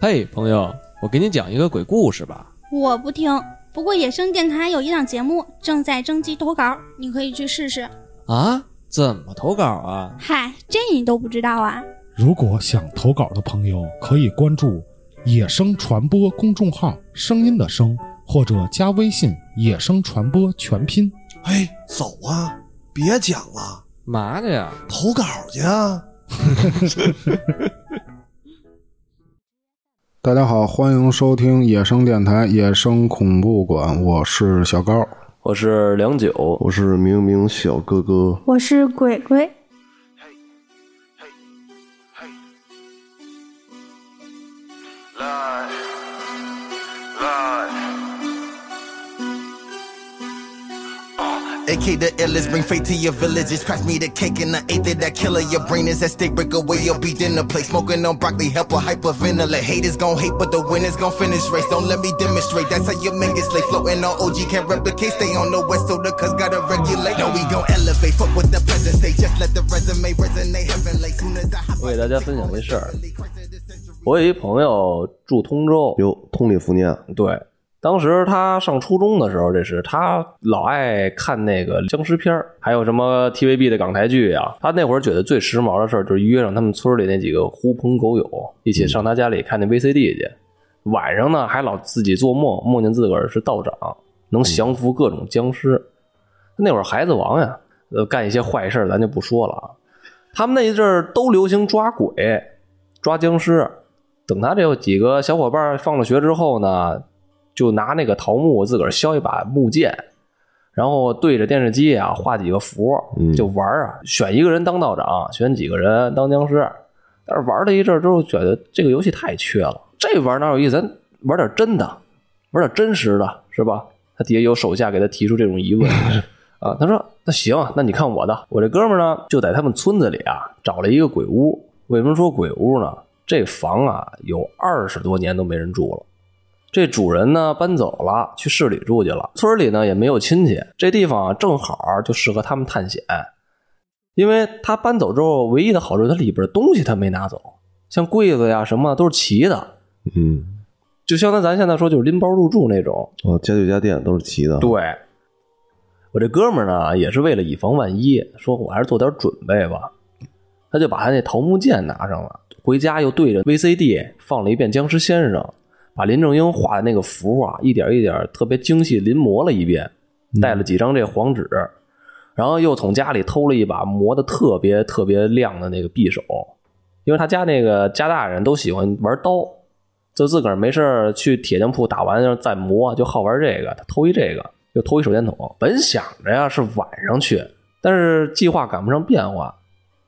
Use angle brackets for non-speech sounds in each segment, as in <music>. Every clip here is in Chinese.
嘿，朋友，我给你讲一个鬼故事吧。我不听。不过野生电台有一档节目正在征集投稿，你可以去试试。啊？怎么投稿啊？嗨，这你都不知道啊？如果想投稿的朋友，可以关注“野生传播”公众号“声音的声”，或者加微信“野生传播全拼哎，走啊，别讲了，嘛的呀？投稿去啊！大家好，欢迎收听野生电台《野生恐怖馆》，我是小高。我是梁九，我是明明小哥哥，我是鬼鬼， AK the illest, bring faith to your villages. Pass me the cake and I ate it. That killer, your brain is at stake. Break away, you'll be dinner plate. Smoking on broccoli, help a hyperventilate. Haters gon' hate, but the winners gon' finish race. Don't let me demonstrate. That's how you make it slay. Floating on OG, can't replicate. Stay on the west, so the cuz gotta regulate. No, we gon' elevate. Fuck with the present state. Just let the resume resonate. Heavenly. Soon as I hop 我给大家分享一事儿。我有一朋友住通州，哟，通利福尼啊亚，对，当时他上初中的时候，这是他老爱看那个僵尸片儿，还有什么 TVB 的港台剧啊。他那会儿觉得最时髦的事儿，就是约上他们村里那几个狐朋狗友一起上他家里看那 VCD 去。晚上呢，还老自己做梦，梦见自个儿是道长，能降服各种僵尸。那会儿孩子王呀，呃，干一些坏事儿咱就不说了啊。他们那一阵儿都流行抓鬼、抓僵尸。等他这有几个小伙伴放了学之后呢，就拿那个桃木自个儿削一把木剑，然后对着电视机啊画几个符，就玩儿啊，选一个人当道长，选几个人当僵尸。但是玩了一阵儿之后，觉得这个游戏太缺了，这玩哪有意思？咱玩点真的，玩点真实的，是吧？他底下有手下给他提出这种疑问啊，他说：“那行，那你看我的，我这哥们儿呢，就在他们村子里啊找了一个鬼屋。为什么说鬼屋呢？这房啊有二十多年都没人住了。”这主人呢搬走了，去市里住去了。村里呢也没有亲戚，这地方啊正好就适合他们探险。因为他搬走之后，唯一的好处它里边的东西他没拿走，像柜子呀什么的都是齐的，嗯，就相当于咱现在说就是拎包入住那种。哦，家具家电都是齐的，对，我这哥们儿呢，也是为了以防万一，说我还是做点准备吧。他就把他那桃木剑拿上了，回家又对着 VCD 放了一遍《僵尸先生》，把林正英画的那个符啊，一点一点特别精细临摹了一遍，带了几张这黄纸，然后又从家里偷了一把磨的特别特别亮的那个匕首，因为他家那个家大人都喜欢玩刀，就自个儿没事儿去铁匠铺打完，然后再磨，就好玩这个。他偷一这个，又偷一手电筒。本想着呀是晚上去，但是计划赶不上变化。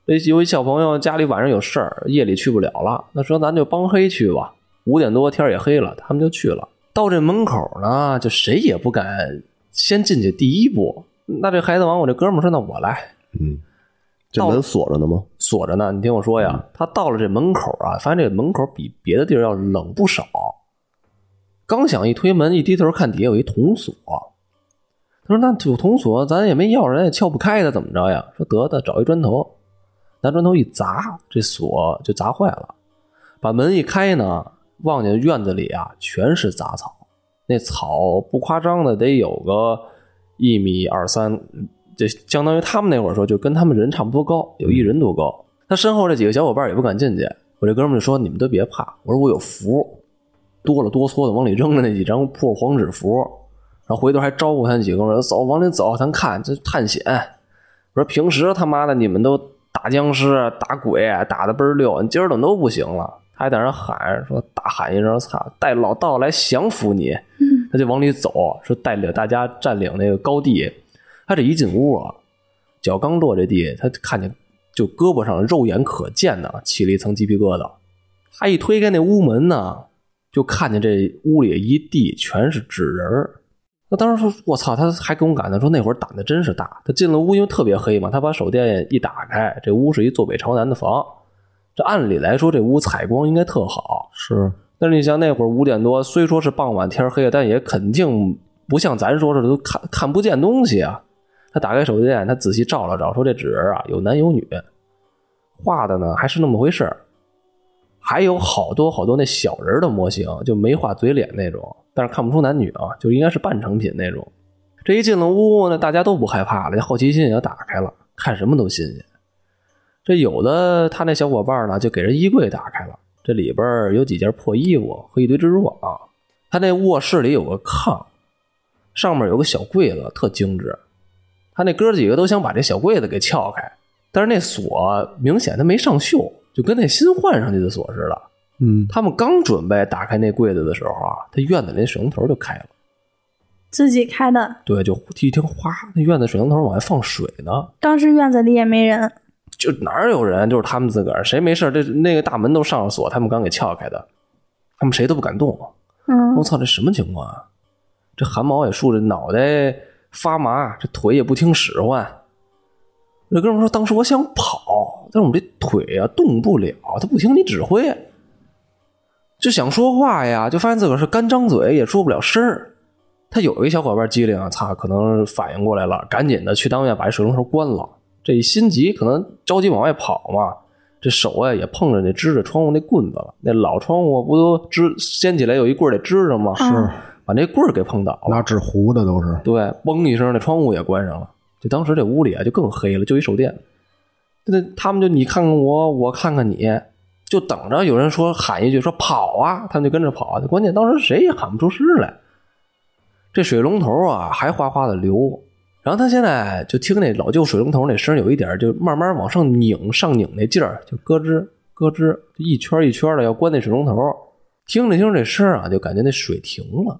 这有一小朋友家里晚上有事儿，夜里去不了了，那说咱就帮黑去吧。五点多天儿也黑了，他们就去了。到这门口呢，就谁也不敢先进去第一步。那这孩子王，我这哥们儿说，那我来，嗯，这门锁着呢吗？锁着呢。你听我说呀，他到了这门口啊，发现这门口比别的地儿要冷不少。刚想一推门，一低头看底下有一铜锁，他说：“那有铜锁，咱也没钥匙，咱也撬不开它，怎么着呀？”说得的，找一砖头，拿砖头一砸，这锁就砸坏了。把门一开呢，望见院子里啊全是杂草，那草不夸张的得有个一米二三，这相当于他们那会儿说就跟他们人差不多高，有一人多高。他身后这几个小伙伴也不敢进去，我这哥们儿就说：“你们都别怕，我说我有符，哆了哆嗦的往里扔了那几张破黄纸符，然后回头还招呼他几个人走，往里走，咱看这探险。我说平时他妈的你们都打僵尸、啊打鬼，打的倍儿溜，你今儿怎么都不行了？他还在那喊说大喊一声：“操，带老道来降服你！”他就往里走，说带领大家占领那个高地。他这一进屋啊，脚刚落这地，他看见就胳膊上肉眼可见的起了一层鸡皮疙瘩。他一推开那屋门呢，就看见这屋里一地全是纸人儿。那当时说，我操！他还跟我感叹说，那会儿胆子真是大。他进了屋，因为特别黑嘛，他把手电一打开，这屋是一坐北朝南的房。这按理来说，这屋采光应该特好，是，但是你像那会儿五点多，虽说是傍晚天黑了，但也肯定不像咱说似的都看看不见东西啊。他打开手电，他仔细照了照，说这纸人啊有男有女，画的呢还是那么回事儿。还有好多好多那小人儿的模型，就没画嘴脸那种，但是看不出男女啊，就应该是半成品那种。这一进了屋呢，大家都不害怕了，好奇心也打开了，看什么都新鲜。这有的他那小伙伴呢，就给人衣柜打开了，这里边儿有几件破衣服和一堆蜘蛛网。他那卧室里有个炕，上面有个小柜子，特精致。他那哥几个都想把这小柜子给撬开，但是那锁明显他没上锈，就跟那新换上去的锁似的。嗯，他们刚准备打开那柜子的时候啊，他院子里那水龙头就开了。自己开的，对，就一听哗，那院子水龙头往外放水呢，当时院子里也没人，就哪儿有人，就是他们自个儿，谁没事儿？这那个大门都上了锁，他们刚给撬开的，他们谁都不敢动。啊嗯我，操，这什么情况啊？这汗毛也竖着，脑袋发麻，这腿也不听使唤。这哥们说，当时我想跑，但是我这腿啊动不了，他不听你指挥，就想说话呀，就发现自个儿是干张嘴也说不了声儿。他有一个小伙伴机灵啊，操，可能反应过来了，赶紧的去当院把这水龙头关了。这一心急，可能着急往外跑嘛，这手啊也碰着那支着窗户那棍子了。那老窗户不都支掀起来有一棍儿得支着吗？是，嗯把那棍儿给碰倒了。拿纸糊的都是。对，嘣一声，那窗户也关上了。就当时这屋里啊，就更黑了，就一手电。那他们就你看看我，我看看你，就等着有人说喊一句说跑啊，他们就跟着跑。关键当时谁也喊不出声来。这水龙头啊，还哗哗的流。然后他现在就听那老旧水龙头那声，有一点儿就慢慢往上拧，上拧那劲儿，就咯吱咯吱，就一圈一圈的要关那水龙头。听着听着这声儿啊，就感觉那水停了。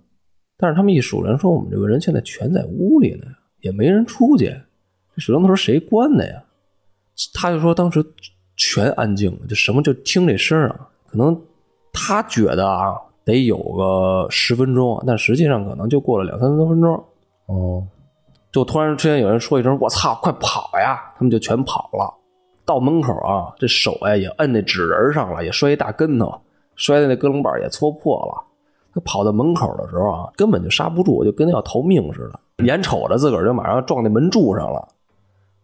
但是他们一数人说，我们这个人现在全在屋里呢，也没人出去，这水龙头谁关的呀？他就说当时全安静了，就什么就听这声儿啊，可能他觉得啊得有个十分钟，啊但实际上可能就过了两三分钟，哦，就突然之间有人说一声“我操，快跑呀”，他们就全跑了。到门口啊，这手呀也摁那纸人上了，也摔一大跟头，摔的那咯楞板也搓破了。他跑到门口的时候啊，根本就刹不住，就跟要逃命似的，眼瞅着自个儿就马上撞那门柱上了。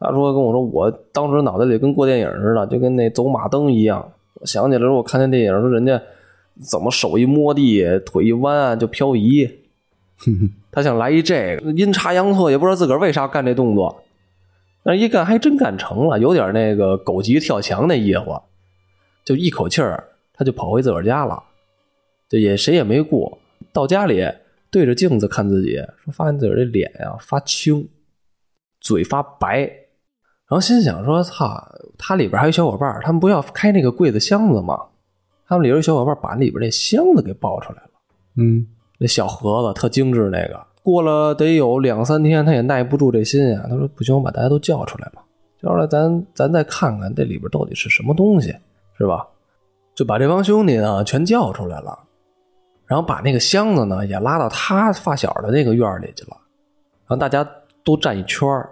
他说跟我说，我当时脑袋里跟过电影似的，就跟那走马灯一样。我想起来说，我看那电影说人家怎么手一摸地，腿一弯啊就漂移，他想来一这个，阴差阳错也不知道自个儿为啥干这动作，但是一干还真干成了，有点那个狗急跳墙那意思，就一口气儿他就跑回自个儿家了，这也谁也没顾。到家里对着镜子看自己，说发现自个儿这脸呀、发青，嘴发白，然后心想说：“操，他里边还有小伙伴儿，他们不要开那个柜子箱子吗？他们里边有小伙伴儿把里边那箱子给抱出来了。”嗯，那小盒子特精致那个。过了得有两三天，他也耐不住这心呀、他说：“不行，我把大家都叫出来吧，叫出来咱咱再看看这里边到底是什么东西，是吧？”就把这帮兄弟呢全叫出来了，然后把那个箱子呢也拉到他发小的那个院儿里去了，然后大家都站一圈儿，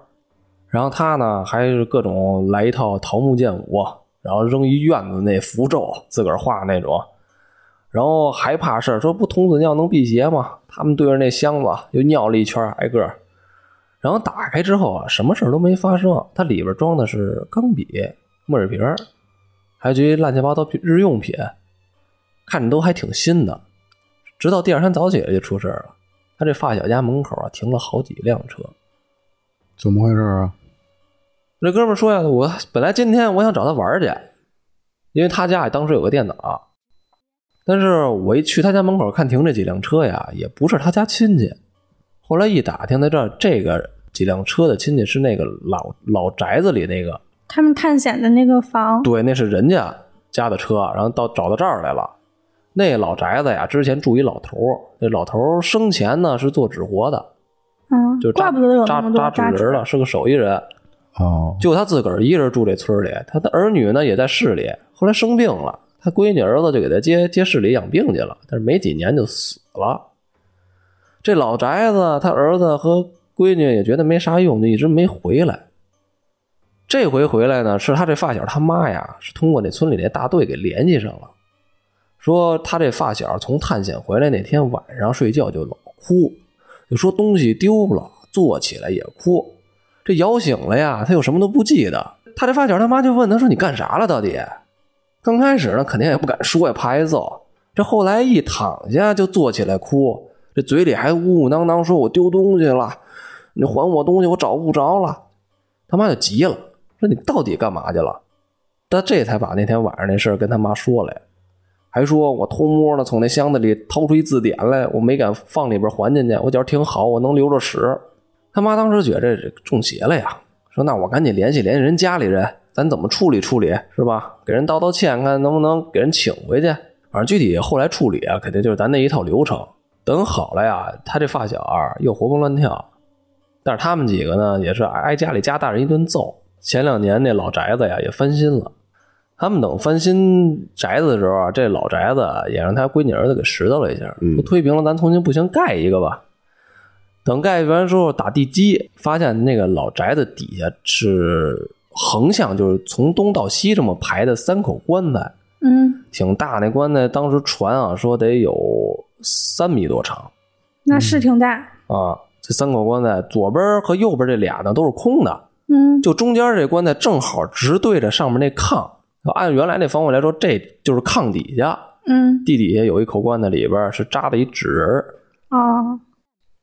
然后他呢还是各种来一套桃木剑舞，然后扔一院子那符咒，自个儿画那种，然后还怕事儿，说不童子尿能辟邪吗？他们对着那箱子又尿了一圈，挨个儿。然后打开之后啊，什么事儿都没发生。它里边装的是钢笔、墨水瓶儿，还有这些乱七八糟品日用品，看着都还挺新的。直到第二天早起来就出事儿了。他这发小家门口啊停了好几辆车。怎么回事啊？这哥们儿说呀，我本来今天我想找他玩儿去，因为他家里当时有个电脑，但是我一去他家门口看停这几辆车呀，也不是他家亲戚。后来一打听才知道，这个几辆车的亲戚是那个老老宅子里那个，他们探险的那个房，对，那是人家家的车，然后到找到这儿来了。那老宅子呀，之前住一老头儿，那老头儿生前呢是做纸活的，嗯就是，扎怪不得有那扎么扎多扎纸人了，是个手艺人。哦，就他自个儿一人住这村儿里，他的儿女呢也在市里。后来生病了，他闺女儿子就给他接接市里养病去了，但是没几年就死了。这老宅子，他儿子和闺女也觉得没啥用，就一直没回来。这回回来呢，是他这发小他妈呀，是通过那村里那大队给联系上了，说他这发小从探险回来那天晚上睡觉就老哭，就说东西丢了，坐起来也哭。这摇醒了呀，他又什么都不记得。他这发小他妈就问他说：“你干啥了？到底？”刚开始呢，肯定也不敢说呀，怕挨揍。这后来一躺下就坐起来哭，这嘴里还呜呜囔囔说：“我丢东西了，你还我东西，我找不着了。”他妈就急了，说：“你到底干嘛去了？”他这才把那天晚上那事儿跟他妈说了呀，还说我偷摸的从那箱子里掏出一字典来，我没敢放里边还进去，我觉得挺好，我能留着使。他妈当时觉着这中邪了呀，说那我赶紧联系联系人家里人，咱怎么处理处理是吧？给人道道歉，看能不能给人请回去。反正具体后来处理啊，肯定就是咱那一套流程。等好了呀，他这发小啊又活蹦乱跳，但是他们几个呢也是挨家里家大人一顿揍。前两年那老宅子呀也翻新了，他们等翻新宅子的时候啊，这老宅子也让他闺女儿子给拾掇了一下，嗯说推平了，咱重新不行盖一个吧。等盖完之后打地基，发现那个老宅子底下是横向，就是从东到西这么排的三口棺材，嗯，挺大。那棺材当时传啊说得有三米多长那嗯是挺大。啊。这三口棺材左边和右边这俩呢都是空的，嗯，就中间这棺材正好直对着上面那炕。按原来那方位来说，这就是炕底下，嗯，地底下有一口棺材，里边是扎了一纸人儿，哦，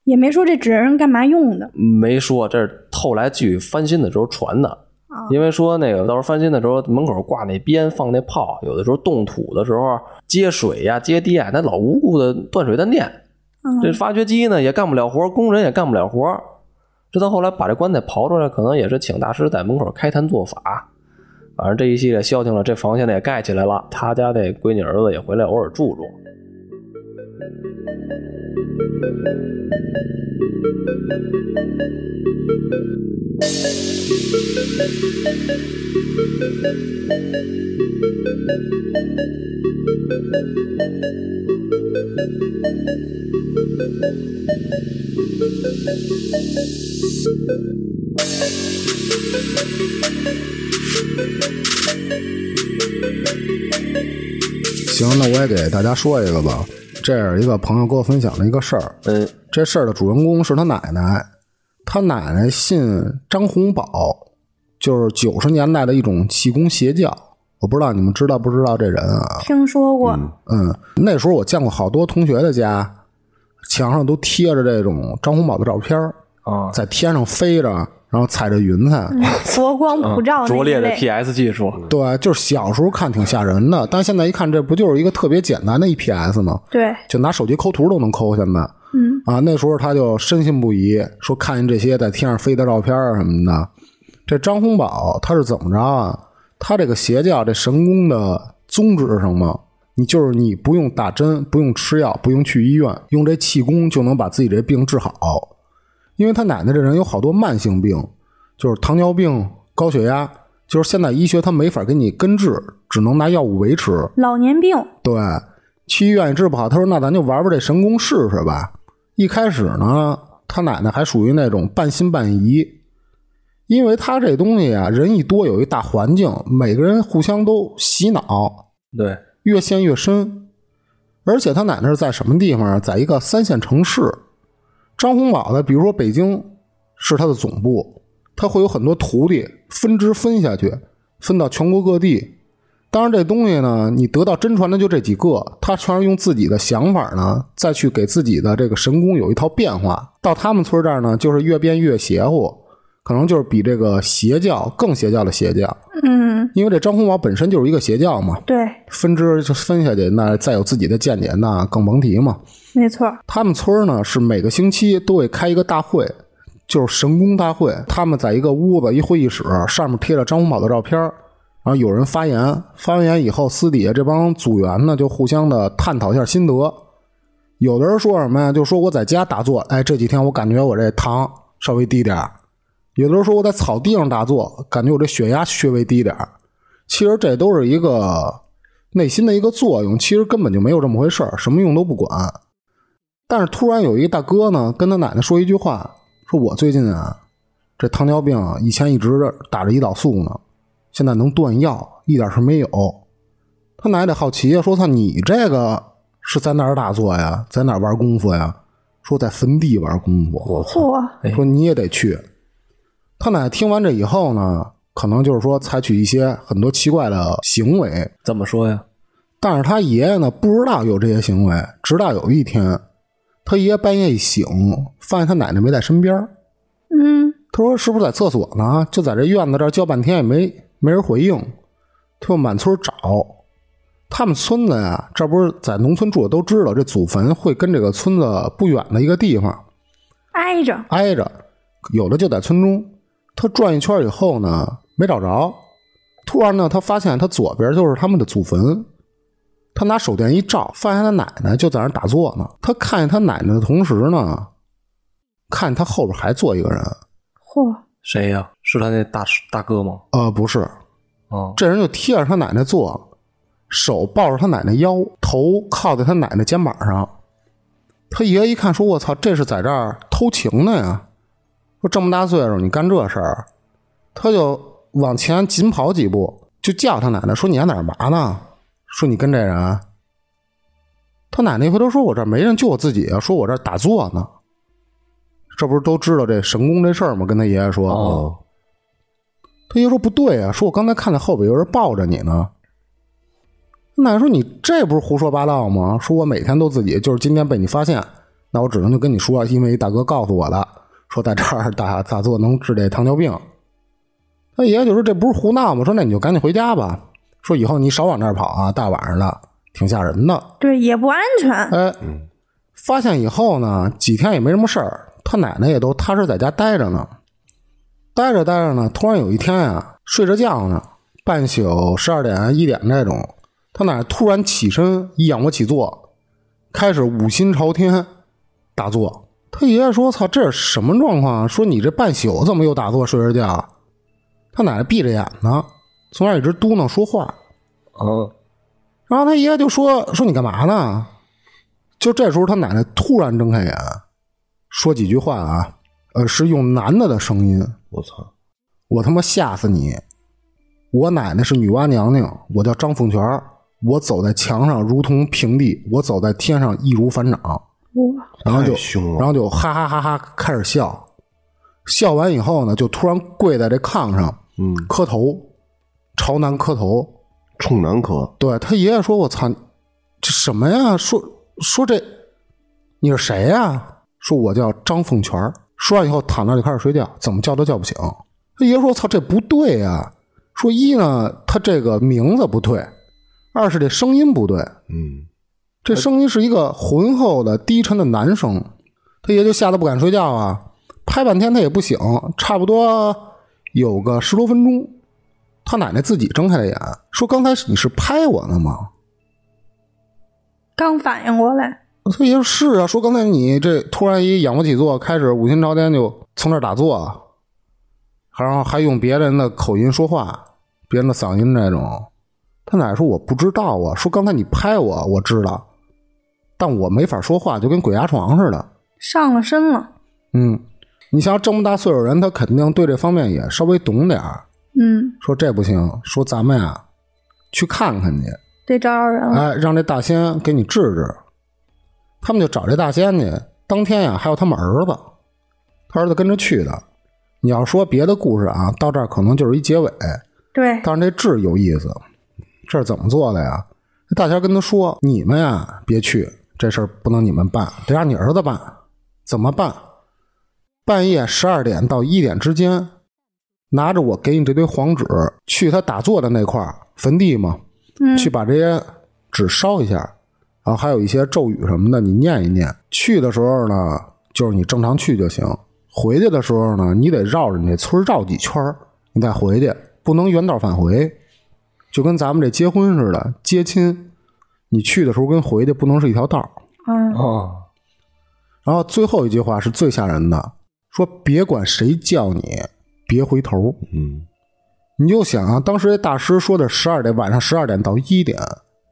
也没说这纸人干嘛用的。没说，这是后来据翻新的时候传的。啊因为说那个到时候翻新的时候，门口挂那鞭放那炮，有的时候动土的时候接水呀、接地啊呀，那老无故的断水断电，嗯这发掘机呢也干不了活，工人也干不了活。这到后来把这棺材刨出来，可能也是请大师在门口开坛做法。反正这一系列消停了，这房现在也盖起来了，他家那闺女儿子也回来偶尔住住。行，那我也给大家说一个吧。这是一个朋友给我分享的一个事儿，嗯，这事儿的主人公是他奶奶，他奶奶信张洪宝，就是九十年代的一种气功邪教。我不知道你们知道不知道这人啊？听说过，嗯，那时候我见过好多同学的家，墙上都贴着这种张洪宝的照片儿啊，在天上飞着，然后踩着云彩。嗯佛光普照那一类嗯拙劣的 PS 技术，对，就是小时候看挺吓人的，但现在一看，这不就是一个特别简单的 EPS 吗？对，就拿手机抠图都能抠。现在嗯啊，那时候他就深信不疑，说看见这些在天上飞的照片啊什么的。这张洪宝他是怎么着啊？他这个邪教这神功的宗旨是什么？你就是你不用打针，不用吃药，不用去医院，用这气功就能把自己这病治好。因为他奶奶这人有好多慢性病，就是糖尿病、高血压，就是现在医学他没法给你根治，只能拿药物维持。老年病，对，去医院也治不好。他说：“那咱就玩玩这神功试试吧。”一开始呢，他奶奶还属于那种半信半疑，因为他这东西啊，人一多有一大环境，每个人互相都洗脑，对，越陷越深。而且他奶奶是在什么地方啊？在一个三线城市，张洪宝的，比如说北京是他的总部，他会有很多徒弟分支分下去，分到全国各地。当然，这东西呢，你得到真传的就这几个，他全是用自己的想法呢，再去给自己的这个神功有一套变化。到他们村这儿呢，就是越变越邪乎，可能就是比这个邪教更邪教的邪教，嗯，因为这张洪宝本身就是一个邪教嘛，对，分支就分下去，那再有自己的见解，那更甭提嘛。没错，他们村儿呢是每个星期都会开一个大会，就是神功大会。他们在一个屋子一会议室，上面贴着张洪宝的照片儿，然后有人发言，发完言以后，私底下这帮组员呢就互相的探讨一下心得。有的人说什么呀？就说我在家打坐，哎，这几天我感觉我这糖稍微低点儿；有的人说我在草地上打坐，感觉我这血压稍微低点儿。其实这都是一个内心的一个作用，其实根本就没有这么回事儿，什么用都不管。但是突然有一个大哥呢，跟他奶奶说一句话，说我最近啊，这糖尿病啊，以前一直打着胰岛素呢，现在能断药，一点事儿没有。他奶奶好奇啊，说操，你这个是在哪儿打坐呀？在哪儿玩功夫呀？说在坟地玩功夫。嚯，哎说你也得去。他奶奶听完这以后呢，可能就是说采取一些很多奇怪的行为，怎么说呀？但是他爷爷呢不知道有这些行为，直到有一天，他爷爷半夜一醒，发现他奶奶没在身边儿，嗯，他说是不是在厕所呢？就在这院子这儿叫半天也没没人回应，他就满村找。他们村子呀，这不是在农村住的都知道，这祖坟会跟这个村子不远的一个地方挨着，挨着，有的就在村中。他转一圈以后呢，没找着。突然呢，他发现他左边就是他们的祖坟。他拿手电一照，发现他奶奶就在那儿打坐呢。他看见他奶奶的同时呢，看他后边还坐一个人。嚯，谁呀？是他那大大哥吗？呃，不是，啊，这人就贴着他奶奶坐，手抱着他奶奶腰，头靠在他奶奶肩膀上。他爷一看说：“我操，这是在这儿偷情呢呀！”说这么大岁数你干这事儿，他就往前紧跑几步，就叫他奶奶说：“你还在哪儿嘛呢？”说你跟这人。啊他奶奶一回头说：“我这儿没人，就我自己啊。”说我这儿打坐呢。这不是都知道这神功这事儿吗？跟他爷爷说，哦他爷说不对啊，说我刚才看到后边有人抱着你呢。奶奶说你这不是胡说八道吗？说我每天都自己，就是今天被你发现，那我只能就跟你说，因为一大哥告诉我的，说在这儿打打坐能治这糖尿病。他爷爷就说这不是胡闹吗？说那你就赶紧回家吧。说以后你少往那儿跑啊，大晚上的挺吓人的。对，也不安全。哎，发现以后呢，几天也没什么事儿，他奶奶也都踏实在家待着呢。待着待着呢，突然有一天啊，睡着觉呢，半宿十二点一点这种，他奶奶突然起身，仰卧起坐，开始五心朝天打坐。他爷爷说：“操，这是什么状况啊？说你这半宿怎么又打坐睡着觉？”啊他奶奶闭着眼呢，从那儿一直嘟囔说话。啊，然后他爷爷就说：“说你干嘛呢？”就这时候，他奶奶突然睁开眼，说几句话啊，呃，是用男的的声音我操，：“我他妈吓死你！我奶奶是女娲娘娘，我叫张凤全儿，我走在墙上如同平地，我走在天上易如反掌。”哇，然后就太凶了然后就哈哈哈哈开始笑，笑完以后呢，就突然跪在这炕上嗯，磕头，朝南磕头。冲南科，对他爷爷说：“我操，这什么呀？说说这你是谁呀？”说：“我叫张凤全儿。”说完以后，躺那就开始睡觉，怎么叫都叫不醒。他爷爷说：“我操，这不对呀、说一呢，他这个名字不对；二是这声音不对。嗯，这声音是一个浑厚的、低沉的男声。他爷就吓得不敢睡觉啊，拍半天他也不醒，差不多有个十多分钟，他奶奶自己睁开了眼，说：“刚才你是拍我呢吗刚反应过来，？”他爷说：“是啊，说刚才你这突然一仰卧起坐，开始五心朝天就从那儿打坐，然后还用别人的口音说话，别人的嗓音那种。”他奶奶说：“我不知道啊，说刚才你拍我，我知道，但我没法说话，就跟鬼压床似的。”上了身了。嗯，你像这么大岁数人，他肯定对这方面也稍微懂点儿。嗯，说这不行，说咱们呀、去看看去，对，招着人了。哎，让这大仙给你治治。他们就找这大仙去。当天呀、还有他们儿子，他儿子跟着去的。你要说别的故事啊，到这儿可能就是一结尾。对，但是这治有意思，这是怎么做的呀？这大仙跟他说：“你们呀，别去，这事儿不能你们办，得让你儿子办。怎么办？半夜十二点到一点之间，拿着我给你这堆黄纸，去他打坐的那块儿坟地嘛，嗯，去把这些纸烧一下，然后还有一些咒语什么的，你念一念。去的时候呢，就是你正常去就行；回去的时候呢，你得绕着你这村儿绕几圈儿，你再回去，不能原道返回。就跟咱们这结婚似的，接亲，你去的时候跟回去不能是一条道儿。哦嗯，啊，然后最后一句话是最吓人的，说别管谁叫你，别回头。嗯，你就想啊，当时这大师说的十二点，晚上十二点到一点，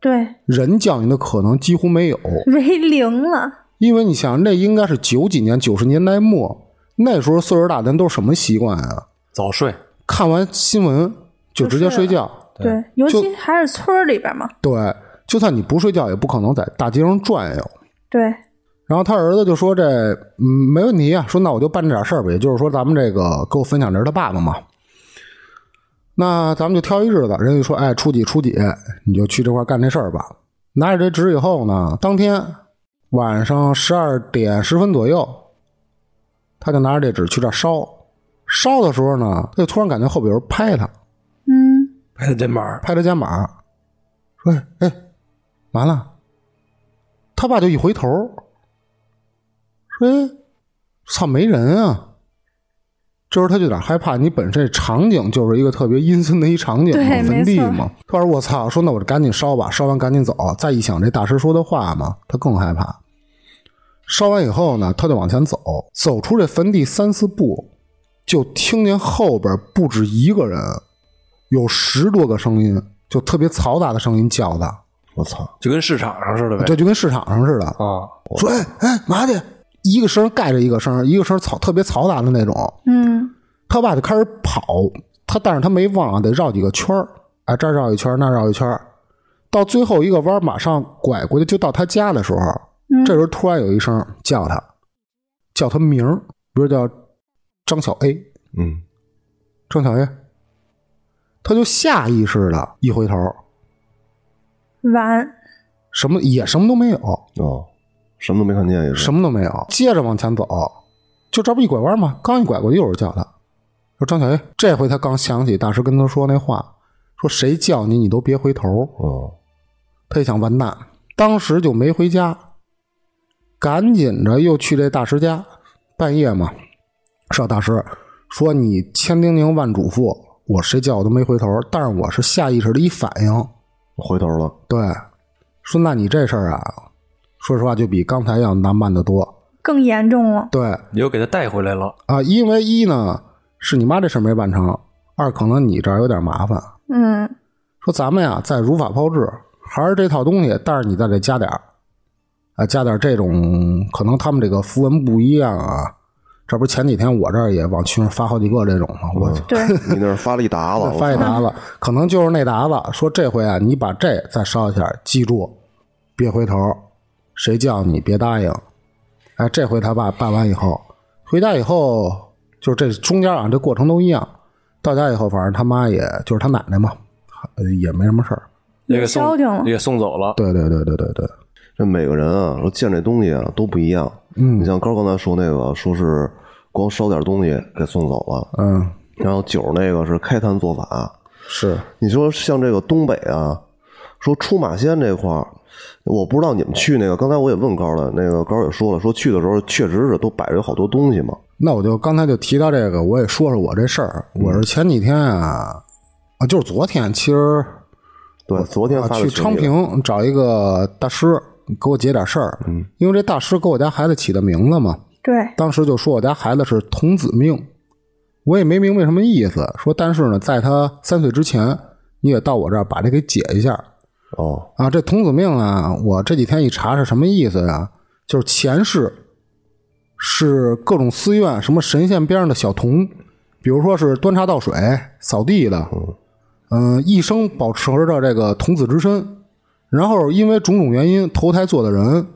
对，人叫你的可能几乎没有，为零了。因为你想，那应该是九几年、九十年代末，那时候岁数大的人都什么习惯啊？早睡，看完新闻就直接啊睡觉。哎对，尤其还是村儿里边嘛。对，就算你不睡觉，也不可能在大街上转悠。对，然后他儿子就说这：“嗯，没问题啊，说那我就办这点事儿吧，也就是说咱们这个给我分享这是他爸爸嘛。”那咱们就挑一日子，人家说，哎，初几初几，你就去这块儿干这事儿吧。拿着这纸以后呢，当天晚上十二点十分左右，他就拿着这纸去这儿烧。烧的时候呢，他就突然感觉后边有人拍他，嗯，拍他肩膀，拍他肩膀，说：“哎哎，完了！”他爸就一回头，说：“哎，操，没人啊！”这时候他就有点害怕，你本身这场景就是一个特别阴森的一场景对嘛，坟地没错嘛。他说：“我操！”说那我就赶紧烧吧，烧完赶紧走。再一想这大师说的话嘛，他更害怕。烧完以后呢，他就往前走，走出这坟地三四步，就听见后边不止一个人，有十多个声音，就特别嘈杂的声音叫他，我操！就跟市场上似的呗。这就跟市场上似的，啊，说哎哎嘛去，一个声盖着一个声，一个声嘈特别嘈杂的那种。嗯，他爸就开始跑，他但是他没忘啊，得绕几个圈儿，哎这儿绕一圈儿，那儿绕一圈儿，到最后一个弯儿马上拐过去就到他家的时候，嗯这时候突然有一声叫他，叫他名儿，比如叫张小 A，嗯，张小 A，他就下意识的一回头，晚，什么也什么都没有，哦，什么都没看见也是。什么都没有。接着往前走，就这不一拐弯吗？刚一拐过去，又是叫他，说张小 A。这回他刚想起大师跟他说那话，说谁叫你，你都别回头。哦，他一想，完蛋，当时就没回家，赶紧着又去这大师家。半夜嘛，上大师说你千叮咛万嘱咐，我谁叫我都没回头，但是我是下意识的一反应，回头 <laughs> 了。对，说那你这事儿啊，说实话就比刚才要难办得多。更严重了，对，你又给他带回来了，啊，因为一呢是你妈这事儿没办成，二可能你这儿有点麻烦。嗯，说咱们呀再如法炮制，还是这套东西，但是你再得加点儿，啊，加点儿这种可能他们这个符文不一样啊。这不前几天我这儿也往群上发好几个这种嘛，我对， <laughs> 你那儿发了一沓子，发一我操沓子，可能就是那沓子。说这回啊，你把这再烧一下，记住，别回头，谁叫你别答应。哎，这回他爸办完以后，回家以后，就是这中间啊，这过程都一样。到家以后，反正他妈也就是他奶奶嘛，呃也没什么事儿。也给消送停了，也给送走了。对对对对对对，这每个人啊，说见这东西啊都不一样。你嗯像高刚才说那个，说是光烧点东西给送走了，嗯，然后酒那个是开坛做法。是你说像这个东北啊，说出马仙这块儿，我不知道你们去那个，刚才我也问高了，那个高也说了，说去的时候确实是都摆着有好多东西嘛。那我就刚才就提到这个，我也说说我这事儿。嗯我是前几天啊，啊，就是昨天，其实对，昨天啊，发的去群昌里了，平找一个大师给我解点事儿，嗯，因为这大师给我家孩子起的名字嘛，对，当时就说我家孩子是童子命，我也没明白什么意思，说但是呢，在他三岁之前，你也到我这儿把这给解一下哦，啊。这童子命啊，我这几天一查是什么意思呀、啊就是前世是各种寺院什么神仙边上的小童，比如说是端茶倒水、扫地的，嗯、一生保持着这个童子之身，然后因为种种原因投胎做的人，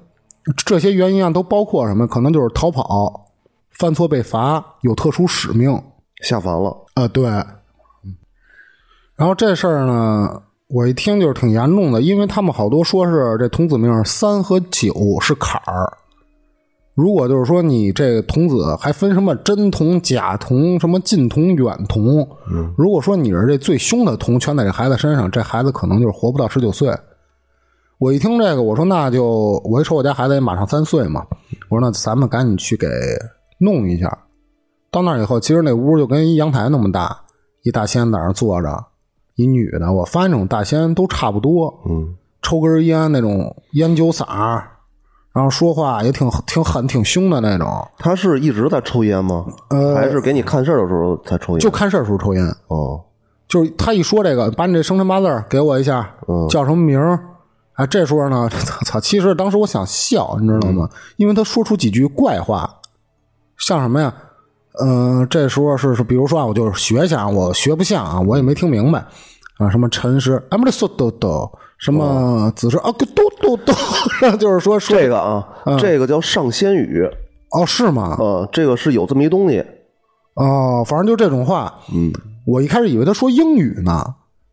这些原因啊都包括什么？可能就是逃跑、犯错被罚、有特殊使命啊、下凡了，对。然后这事儿呢，我一听就是挺严重的，因为他们好多说是这童子命三和九是坎儿。如果就是说你这童子还分什么真童、假童、什么近童、远童，如果说你是这最凶的童全在这孩子身上，这孩子可能就是活不到十九岁。我一听这个，我说那就我一瞅我家孩子也马上三岁嘛，我说那咱们赶紧去给弄一下。到那儿以后，其实那屋就跟一阳台那么大，一大仙在那儿坐着，一女的。我发现这种大仙都差不多，嗯，抽根烟那种烟酒嗓儿，然后说话也挺挺狠、挺凶的那种，他是一直在抽烟吗？呃还是给你看事儿的时候才抽烟？就看事儿时候抽烟。哦，就是他一说这个，把你这生辰八字儿给我一下，嗯叫什么名儿？啊，这时候呢， <laughs> 操！其实当时我想笑，你知道吗？因为他说出几句怪话，像什么呀？嗯、这时候是是，比如说啊，我就是学一下，我学不像啊，我也没听明白啊，什么陈师，俺们这嗦哆哆，什么子是啊，个哆哆哆，然后就是说说嗯这个啊，这个叫上仙呃语哦，是吗？啊，这个是有这么一东西。哦，反正就这种话，嗯，我一开始以为他说英语呢，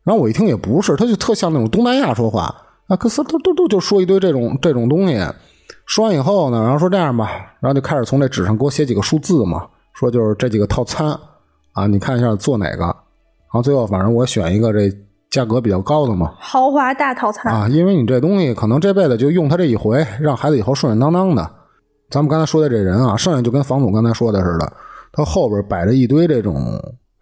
然后我一听也不是，他就特像那种东南亚说话啊，可是嘟嘟嘟就说一堆这种这种东西。说完以后呢，然后说这样吧，然后就开始从这纸上给我写几个数字嘛，说就是这几个套餐啊，你看一下做哪个。然后最后反正我选一个这价格比较高的嘛，豪华大套餐，啊，因为你这东西可能这辈子就用它这一回，让孩子以后顺顺当当的。咱们刚才说的这人啊，剩下就跟房总刚才说的似的，他后边摆着一堆这种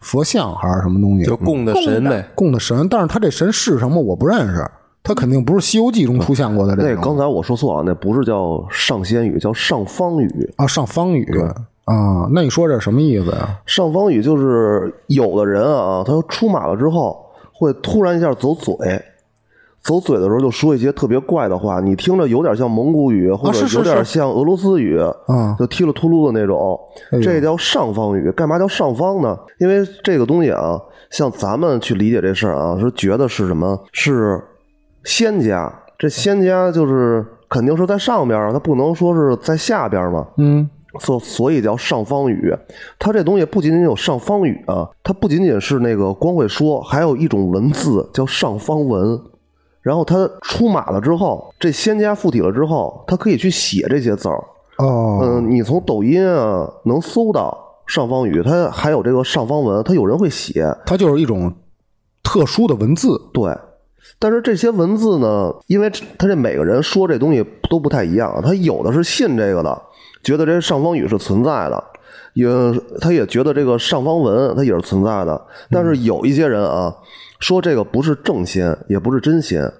佛像还是什么东西，嗯就供的神呗。供的神，但是他这神是什么我不认识，他肯定不是《西游记》中出现过的这那种刚才我说错了，那不是叫上仙语，叫上方语。啊，上方语啊，那你说这什么意思呀、上方语就是有的人啊，他出马了之后会突然一下走嘴，走嘴的时候就说一些特别怪的话，你听着有点像蒙古语，或者啊是是有点是像俄罗斯语，啊？就踢了秃噜的那种哎，呦这叫上方语。干嘛叫上方呢？因为这个东西啊，像咱们去理解这事儿啊，是觉得是什么？是仙家，这仙家就是肯定是在上边儿，它不能说是在下边儿嘛。嗯，所所以叫上方语，它这东西不仅仅有上方语啊，它不仅仅是那个光会说，还有一种文字叫上方文。然后它出马了之后，这仙家附体了之后，它可以去写这些字儿。哦，嗯，你从抖音啊能搜到上方语，它还有这个上方文，它有人会写，它就是一种特殊的文字，对。但是这些文字呢，因为这它这每个人说这东西都不太一样，他有的是信这个的，觉得这上方语是存在的，也他也觉得这个上方文它也是存在的。但是有一些人啊，说这个不是正仙，也不是真仙。嗯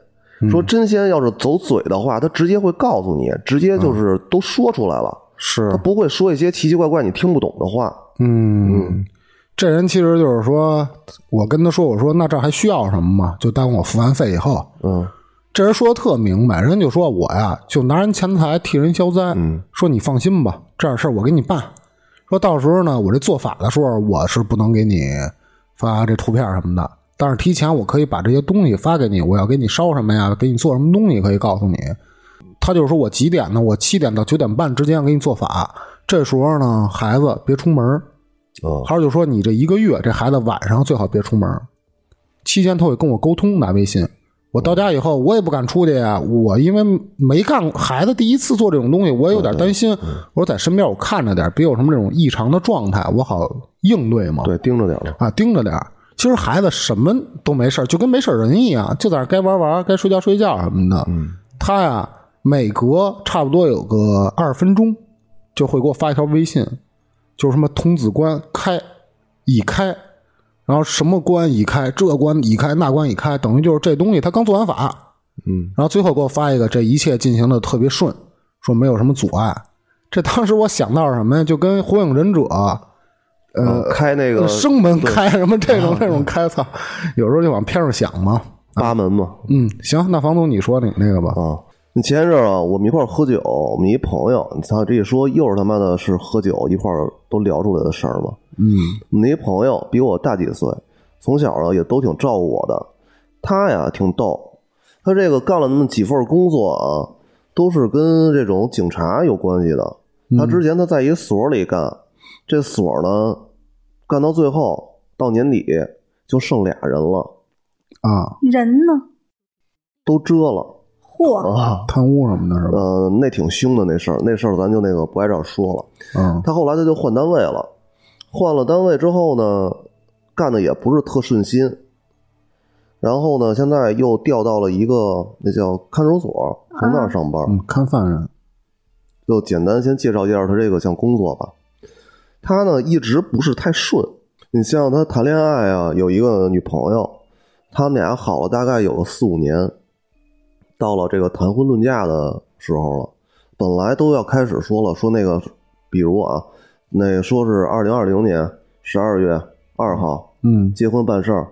说真仙要是走嘴的话，他直接会告诉你，直接就是都说出来了。嗯是他不会说一些奇奇怪怪你听不懂的话。嗯，这人其实就是说，我跟他说，我说那这还需要什么吗？就当我付完费以后，嗯，这人说的特明白，人就说我呀，就拿人钱财替人消灾，嗯，说你放心吧，这点事儿我给你办。说到时候呢，我这做法的时候，我是不能给你发这图片什么的，但是提前我可以把这些东西发给你，我要给你烧什么呀，给你做什么东西可以告诉你。他就是说我几点呢？我七点到九点半之间给你做法。这时候呢，孩子别出门儿，哦，还有就说你这一个月，这孩子晚上最好别出门儿，期间他会跟我沟通，拿微信。我到家以后，我也不敢出去呀，我因为没干过，孩子第一次做这种东西，我也有哦点担心。嗯我说在身边我看着点儿，别有什么这种异常的状态，我好应对嘛。对，盯着点儿吧。啊，盯着点儿。其实孩子什么都没事儿就跟没事儿人一样，就在那儿该玩玩，该睡觉睡觉什么的。他呀，每隔差不多有个二十分钟，就会给我发一条微信，就是什么童子关开已开，然后什么关已开，这关已开，那关已开，等于就是这东西他刚做完法，嗯，然后最后给我发一个，这一切进行的特别顺，说没有什么阻碍。这当时我想到是什么呀？就跟《火影忍者》呃嗯开那个生门开什么 <laughs> 这种这种开，操，有时候就往偏上想嘛。八门嘛。嗯，行，那房东你说你那个吧。啊。那前一阵儿啊，我们一块儿喝酒，我们一朋友，他这一说又是他妈的是喝酒一块儿都聊出来的事儿嘛。嗯，我们那一朋友比我大几岁，从小啊呢也都挺照顾我的。他呀挺逗，他这个干了那么几份工作啊，都是跟这种警察有关系的。嗯他之前他在一所里干，这所呢干到最后到年底就剩俩人了，啊，人呢？都遮了哦嚯，啊。贪污什么的是吧？呃，那挺凶的那事儿，那事儿咱就那个不挨这儿说了。嗯他后来他就换单位了，换了单位之后呢，干的也不是特顺心。然后呢，现在又调到了一个那叫看守所，从那儿上班。嗯，看犯人就简单先介绍介绍他这个项工作吧。他呢一直不是太顺，你像他谈恋爱啊，有一个女朋友，他们俩好了大概有个四五年，到了这个谈婚论嫁的时候了，本来都要开始说了，说那个，比如啊，那说是二零二零年十二月二号，嗯结婚办事儿，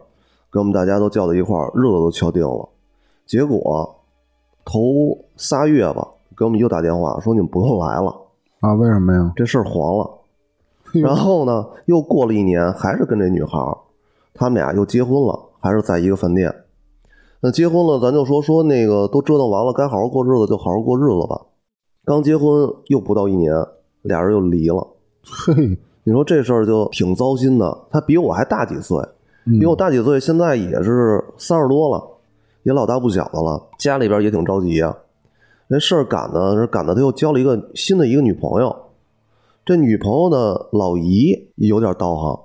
跟我们大家都叫到一块儿，日子都敲定了。结果头仨月吧，给我们又打电话说你们不用来了，啊，为什么呀？这事儿黄 <laughs> 了。哎呦然后呢，又过了一年，还是跟这女孩儿，他们俩又结婚了，还是在一个饭店。那结婚了，咱就说说那个都折腾完了，该好好过日子就好好过日子吧。刚结婚又不到一年，俩人又离了。嘿，你说这事儿就挺糟心的。他比我还大几岁，嗯因为我大姐岁现在也是三十多了，也老大不小的了，家里边也挺着急呀、这事儿赶呢，是赶的她又交了一个新的一个女朋友，这女朋友呢，老姨有点道行，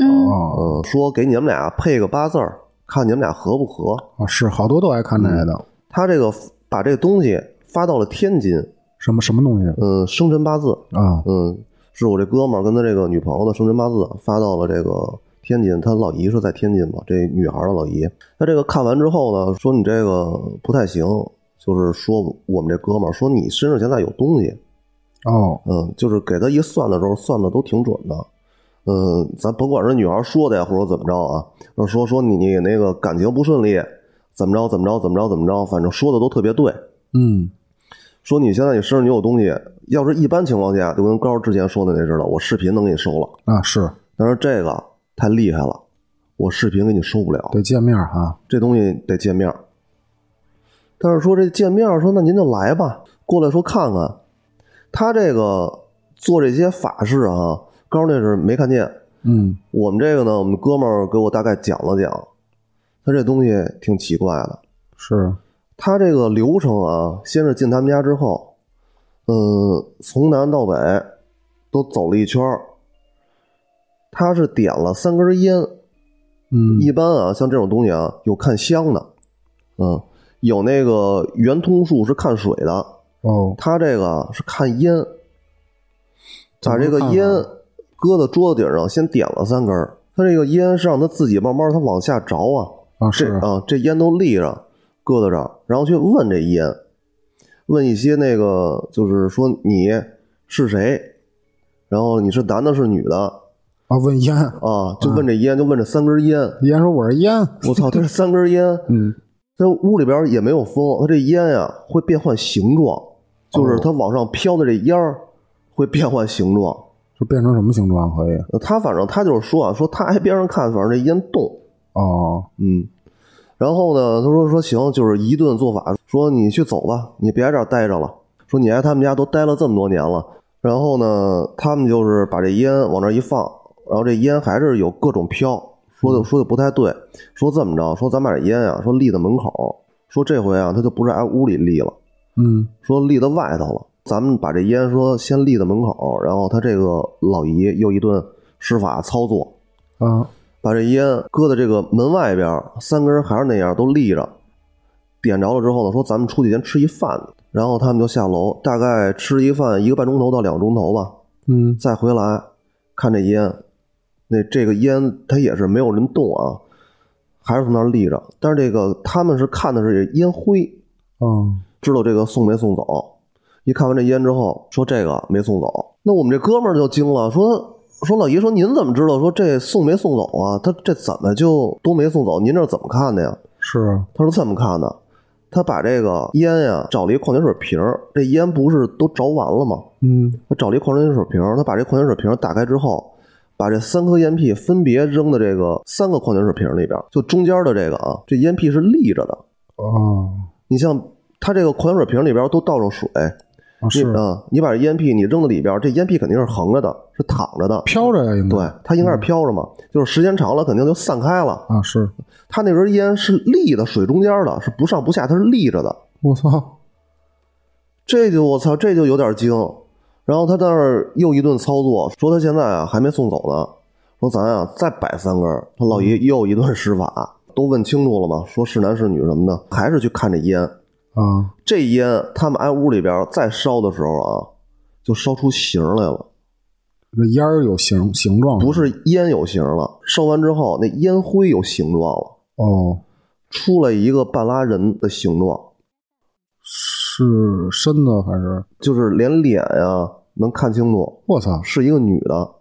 嗯，哦嗯，说给你们俩配个八字儿，看你们俩合不合。啊，是好多都爱看这个的，她这个把这个东西发到了天津，什么什么东西嗯，生辰八字，啊？嗯，是我这哥们儿跟他这个女朋友的生辰八字发到了这个天津，他老姨是在天津嘛，这女孩儿的老姨，他这个看完之后呢，说你这个不太行，就是说我们这哥们儿说你身上现在有东西，哦，嗯，就是给他一算的时候算的都挺准的，嗯，咱甭管是女孩说的呀，或者怎么着啊，说说你你那个感情不顺利，怎么着怎么着怎么着怎么着，反正说的都特别对，嗯，说你现在你身上你有东西，要是一般情况下，就跟高儿之前说的那似的，我视频能给你收了，啊是但是这个太厉害了，我视频给你收不了，得见面啊哈，这东西得见面儿。但是说这见面儿，说那您就来吧，过来说看看。他这个做这些法事啊，高儿那是没看见，嗯我们这个呢，我们哥们儿给我大概讲了讲，他这东西挺奇怪的。是他这个流程啊，先是进他们家之后，嗯，从南到北都走了一圈儿。他是点了三根烟，嗯一般啊，像这种东西啊，有看香的，嗯，有那个圆通树是看水的，哦他这个是看烟，把这个怎么看啊烟搁到桌子顶上，先点了三根儿。他这个烟是让他自己慢慢他往下着啊，啊这是啊，这烟都立着，搁在这儿，然后去问这烟，问一些那个，就是说你是谁，然后你是男的，是女的啊问烟，啊啊，就问这烟，就问这三根烟。烟说我是烟，我操，这是三根烟，嗯这屋里边也没有风，它这烟呀、会变换形状，就是哦它往上飘的这烟儿会变换形状。就变成什么形状可以？呃他反正他就是说啊，说他挨边上看，反正这烟动，哦嗯，然后呢，他说说行，就是一顿做法，说你去走吧，你别在这儿待着了，说你来他们家都待了这么多年了。然后呢，他们就是把这烟往那儿一放，然后这烟还是有各种飘，说的说的不太对，说这么着，说咱把这烟啊，说立在门口，说这回啊，他就不是挨屋里立了，嗯说立到外头了。咱们把这烟说先立在门口，然后他这个老姨又一顿施法操作，啊把这烟搁在这个门外边儿，三根儿还是那样都立着。点着了之后呢，说咱们出去先吃一饭，然后他们就下楼，大概吃一饭一个半钟头到两个钟头吧，嗯再回来看这烟，那这个烟它也是没有人动啊，还是从那儿立着，但是这个他们是看的是烟灰，哦知道这个送没送走。一看完这烟之后，说这个没送走。那我们这哥们儿就惊了，说说老姨说您怎么知道说这送没送走啊？他这怎么就都没送走？您这怎么看的呀？是他说这么看的，他把这个烟呀找了一矿泉水瓶儿，这烟不是都着完了吗？嗯他找了一矿泉水瓶儿，他把这矿泉水瓶儿打开之后，把这三颗烟屁分别扔到这个三个矿泉水瓶儿里边儿，就中间的这个啊，这烟屁是立着的。哦你像它这个矿泉水瓶里边都倒上水，啊你是啊，你把这烟屁你扔到里边，这烟屁肯定是横着的，是躺着的，飘着呀应该嗯对，它应该是飘着嘛，就是时间长了肯定就散开了。啊是它那根烟是立的，水中间的，是不上不下，它是立着的。我操这就我操，这就有点惊。然后他在那儿又一顿操作，说他现在啊还没送走呢，说咱啊再摆三根儿。他老爷又一顿施法，都问清楚了嘛，说是男是女什么的，还是去看这烟。啊这烟他们挨屋里边再烧的时候啊，就烧出形来了，这烟儿有形形状不是烟有形了，烧完之后那烟灰有形状了，哦出来一个半拉人的形状，是身子还是就是连脸呀、能看清楚，我操是一个女的，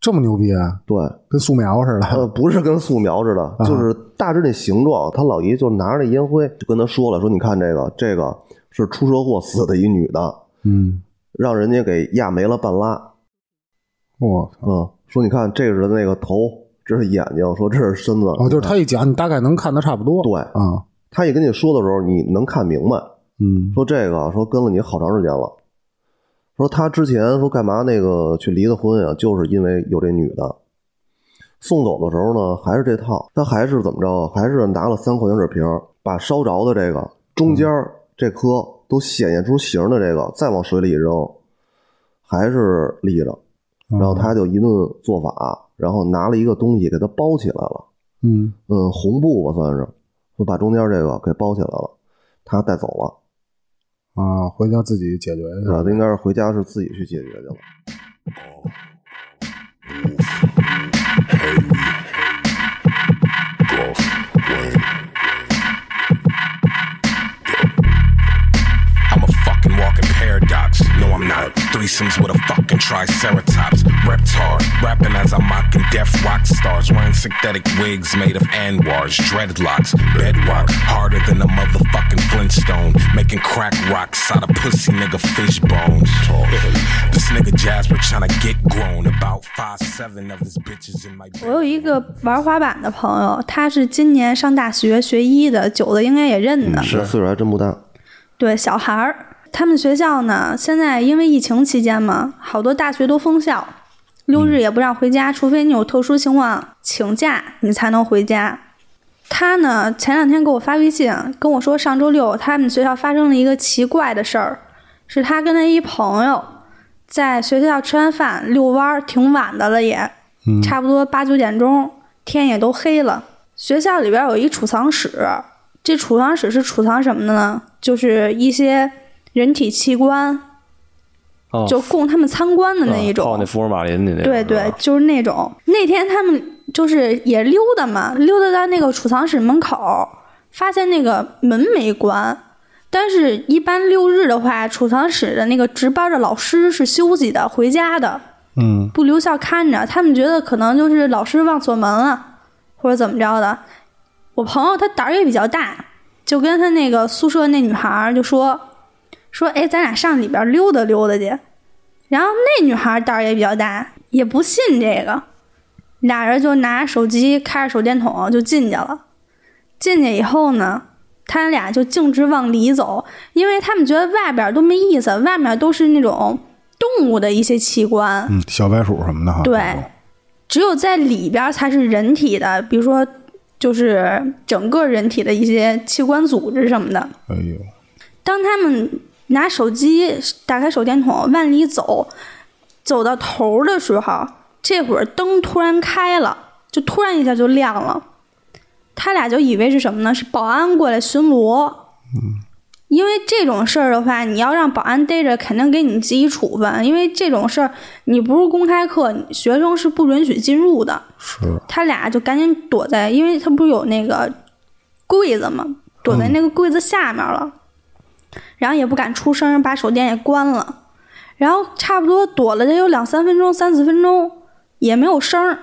这么牛逼啊，对，跟素描似的呃，不是跟素描似的，就是大致那形状。他老姨就拿着那烟灰就跟他说了，说你看这个，这个是出车祸死的一女的，嗯让人家给压没了半拉，我操嗯，说你看这是那个头，这是眼睛，说这是身子，嗯哦就是他一讲你大概能看的差不多对啊他一跟你说的时候，你能看明白，嗯说这个说跟了你好长时间了，说他之前说干嘛那个去离的婚啊，就是因为有这女的，送走的时候呢，还是这套，他还是怎么着啊？还是拿了三块羊纸皮儿，把烧着的这个中间嗯儿这颗都显现出形儿的这个，再往水里一扔，还是立着。哦然后他就一顿做法，然后拿了一个东西给它包起来了。嗯，嗯，红布吧算是，就把中间这个给包起来了，他带走了，啊，回家自己解决一啊下。，应该是回家是自己去解决去了。 I'm a fucking walking paradox. No, I'm not. Threesomes with a fucking triceratops. Reptar, rapping as I'm mocking deaf rock stars. Wearing synthetic wigs made of anwars, dreadlocks, bedrock. Harder than a motherfucking flintstone. Making crack rocks out of pussy nigga fish bones. this nigga Jasper tryna get grown. About five, seven of his bitches in my. 我有一个玩滑板的朋友，他是今年上大学学医的，九的应该也嗯认得。这岁数还真不大，对，小孩儿，他们学校呢，现在因为疫情期间嘛，好多大学都封校，六日也不让回家，除非你有特殊情况请假，你才能回家。他呢，前两天给我发微信，跟我说上周六他们学校发生了一个奇怪的事儿，是他跟他一朋友在学校吃完饭遛弯儿，挺晚的了也，嗯差不多八九点钟，天也都黑了。学校里边有一储藏室，这储藏室是储藏什么的呢？就是一些人体器官，哦啊就供他们参观的那一种。泡那福尔马林的那对对，就是那种。那天他们就是也溜达嘛，溜达到那个储藏室门口，发现那个门没关。但是，一般六日的话，储藏室的那个值班的老师是休息的，回家的。嗯，不留校看着，他们觉得可能就是老师忘锁门了，或者怎么着的。我朋友他胆儿也比较大，就跟他那个宿舍那女孩儿就说说，哎，咱俩上里边溜达溜达去。然后那女孩儿胆儿也比较大，也不信这个，俩人就拿手机开着手电筒就进去了。进去以后呢，他俩就径直往里走，因为他们觉得外边儿都没意思，外面都是那种动物的一些器官。嗯，小白鼠什么的哈。对，哎只有在里边儿才是人体的，比如说就是整个人体的一些器官组织什么的。哎呦，当他们拿手机打开手电筒往里走，走到头儿的时候，这会儿灯突然开了，就突然一下就亮了。他俩就以为是什么呢？是保安过来巡逻。因为这种事儿的话，你要让保安逮着，肯定给你记一处分。因为这种事儿，你不是公开课，你学生是不允许进入的。是他俩就赶紧躲在，因为他不是有那个柜子嘛，躲在那个柜子下面了，然后也不敢出声，把手电也关了，然后差不多躲了得有两三分钟、三四分钟，也没有声儿，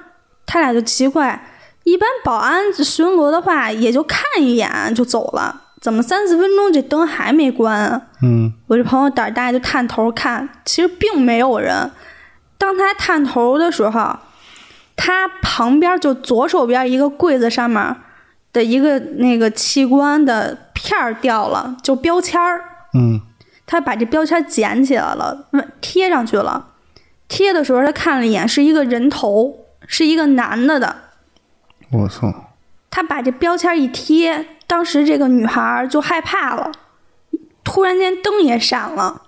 他俩就奇怪，一般保安巡逻的话也就看一眼就走了，怎么三四分钟这灯还没关啊？嗯，我这朋友胆儿大，就探头看，其实并没有人。当他探头的时候，他旁边就左手边一个柜子上面的一个那个器官的片儿掉了，就标签儿。嗯，他把这标签捡起来了，问贴上去了。贴的时候，他看了一眼，是一个人头，是一个男的的。我操，他把这标签一贴，当时这个女孩儿就害怕了，突然间灯也闪了，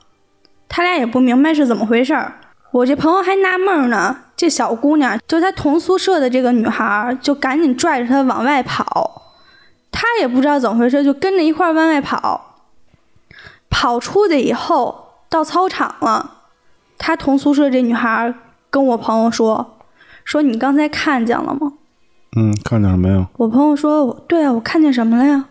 他俩也不明白是怎么回事儿。我这朋友还纳闷儿呢，这小姑娘就她同宿舍的这个女孩儿，就赶紧拽着她往外跑，她也不知道怎么回事，就跟着一块儿往外跑。跑出去以后到操场了，她同宿舍这女孩儿跟我朋友说：“说你刚才看见了吗？”嗯，看见什么呀？我朋友说：“对啊，我看见什么了呀？”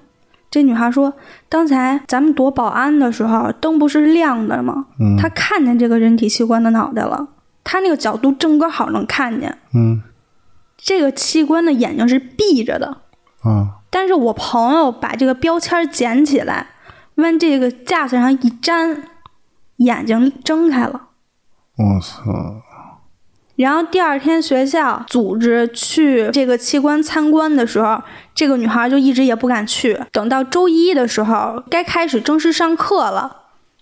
这女孩说：“刚才咱们躲保安的时候，灯不是亮的吗？嗯她看见这个人体器官的脑袋了，她那个角度正刚好能看见。嗯这个器官的眼睛是闭着的，啊，但是我朋友把这个标签捡起来，往这个架子上一粘，眼睛睁开了。我操，然后第二天学校组织去这个器官参观的时候，这个女孩就一直也不敢去。等到周一的时候，该开始正式上课了，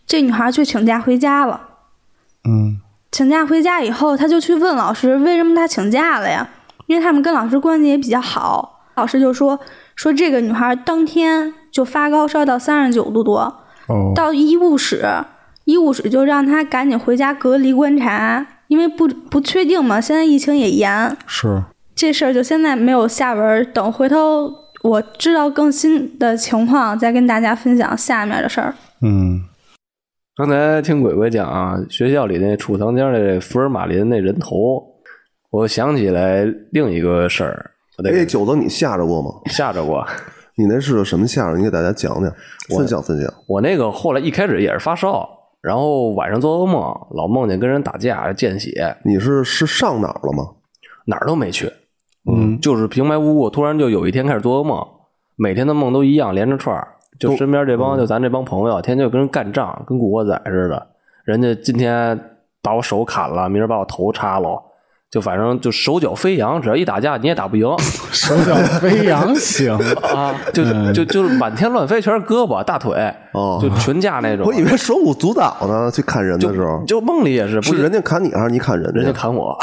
这女孩却请假回家了。嗯请假回家以后，她就去问老师为什么她请假了呀？因为他们跟老师关系也比较好。老师就说说这个女孩当天就发高烧到三十九度多，哦，到医务室，医务室就让她赶紧回家隔离观察，因为不不确定嘛，现在疫情也严，是这事儿就现在没有下文儿，等回头我知道更新的情况再跟大家分享下面的事儿。嗯，刚才听鬼鬼讲啊，学校里那储藏间的福尔马林那人头，我想起来另一个事儿。我得哎，九子，你吓着过吗？吓着过。你那是什么吓着？你给大家讲讲，分享分享。我那个后来一开始也是发烧，然后晚上做噩梦，老梦见跟人打架见血，你是是上哪儿了吗？哪儿都没去，嗯，就是平白无故，突然就有一天开始做噩梦，每天的梦都一样，连着串儿，就身边这嗯帮、就咱这帮朋友，天天就跟人干仗，跟古惑仔似的，人家今天把我手砍了，明儿把我头插了。就反正就手脚飞扬，只要一打架你也打不赢，手脚 <laughs> 飞扬行，啊， <laughs> 就就就是满天乱飞，全是胳膊大腿，嗯哦，就群架那种。我以为手舞足蹈呢，去砍人的时候，就梦里也是，不是人家哦砍你还是你砍人家？人家砍我，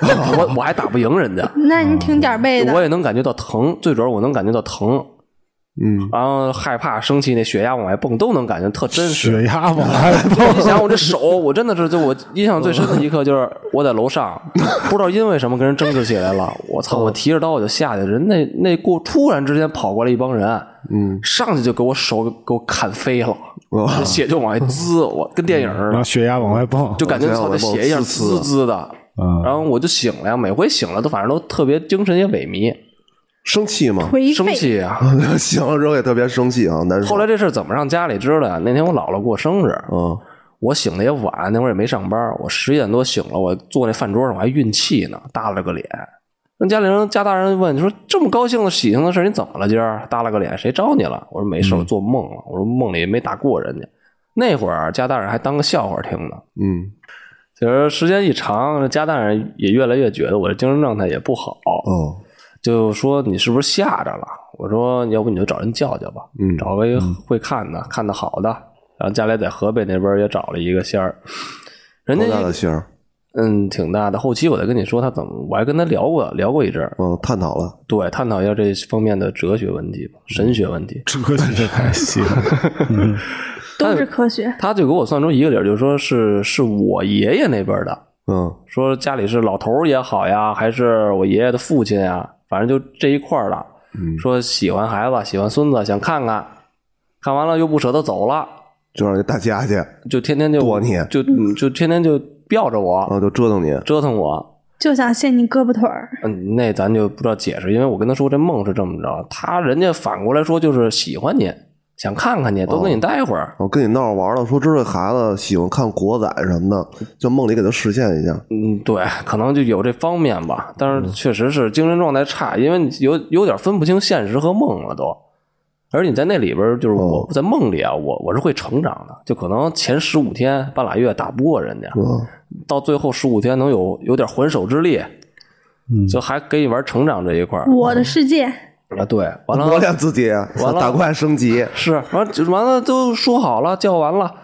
<laughs> 我我还打不赢人家，那你挺点儿背的，我也能感觉到疼，最主要我能感觉到疼，嗯，然后害怕、生气，那血压往外蹦都能感觉特真实。血压往外你想我这手，我真的是就我印象最深的一刻就是我在楼上，不知道因为什么跟人争执起来了。我操！我提着刀我就下去，人那那过突然之间跑过来一帮人，嗯，上去就给我手给我砍飞了，哦这血就往外滋，我跟电影似嗯然后的，血压往外蹦，就感觉操往这前往外血一下冒滋滋滋的。然后我就醒了呀，每回醒了都反正都特别精神也萎靡，生气吗？颓生废。气啊。 <laughs> 行，惹也特别生气啊，难受。后来这事儿怎么让家里知道呀？那天我姥姥过生日，嗯，我醒的也晚，那会儿也没上班，我十一点多醒了，我坐那饭桌上我还运气呢，耷拉个脸。跟家里人、家大人问你说这么高兴的喜庆的事儿，你怎么了？今儿耷拉个脸，谁招你了？我说没事，我做梦了。我说梦里也没打过人家。那会儿家大人还当个笑话听呢。嗯，其实时间一长，这家大人也越来越觉得我的精神状态也不好，哦，就说你是不是吓着了？我说要不你就找人叫叫吧，嗯找个会看的、看的好的。然后家里在河北那边也找了一个仙儿，人家多大的心儿？嗯挺大的。后期我再跟你说他怎么，我还跟他聊过聊过一阵儿，嗯，探讨了。对，探讨一下这方面的哲学问题吧、神学问题。嗯这就还行，都是科学。他就给我算出一个理儿，就是说是是我爷爷那边的，嗯，说家里是老头儿也好呀，还是我爷爷的父亲呀，反正就这一块儿的。嗯说喜欢孩子，喜欢孙子，想看看，看完了又不舍得走了，就让人打架去，啊，就天天就躲你就就天天就吊着我，就折腾你。折腾我。就想卸你胳膊腿儿，嗯，那咱就不知道解释，因为我跟他说这梦是这么着，他人家反过来说就是喜欢你，想看看你，多哦跟你待会儿。我跟你闹着玩儿了，说知道孩子喜欢看国仔什么的，就梦里给他实现一下。嗯，对，可能就有这方面吧，但嗯是确实是精神状态差，因为你有有点分不清现实和梦了都。而你在那里边儿，就是我哦在梦里啊，我我是会成长的，就可能前十五天半拉月打不过人家，嗯，到最后十五天能有有点还手之力，就还给你玩成长这一块儿我的世界。啊。对，完了磨练自己，啊完了打怪升级。啊是完了就完了都说好了，叫完了，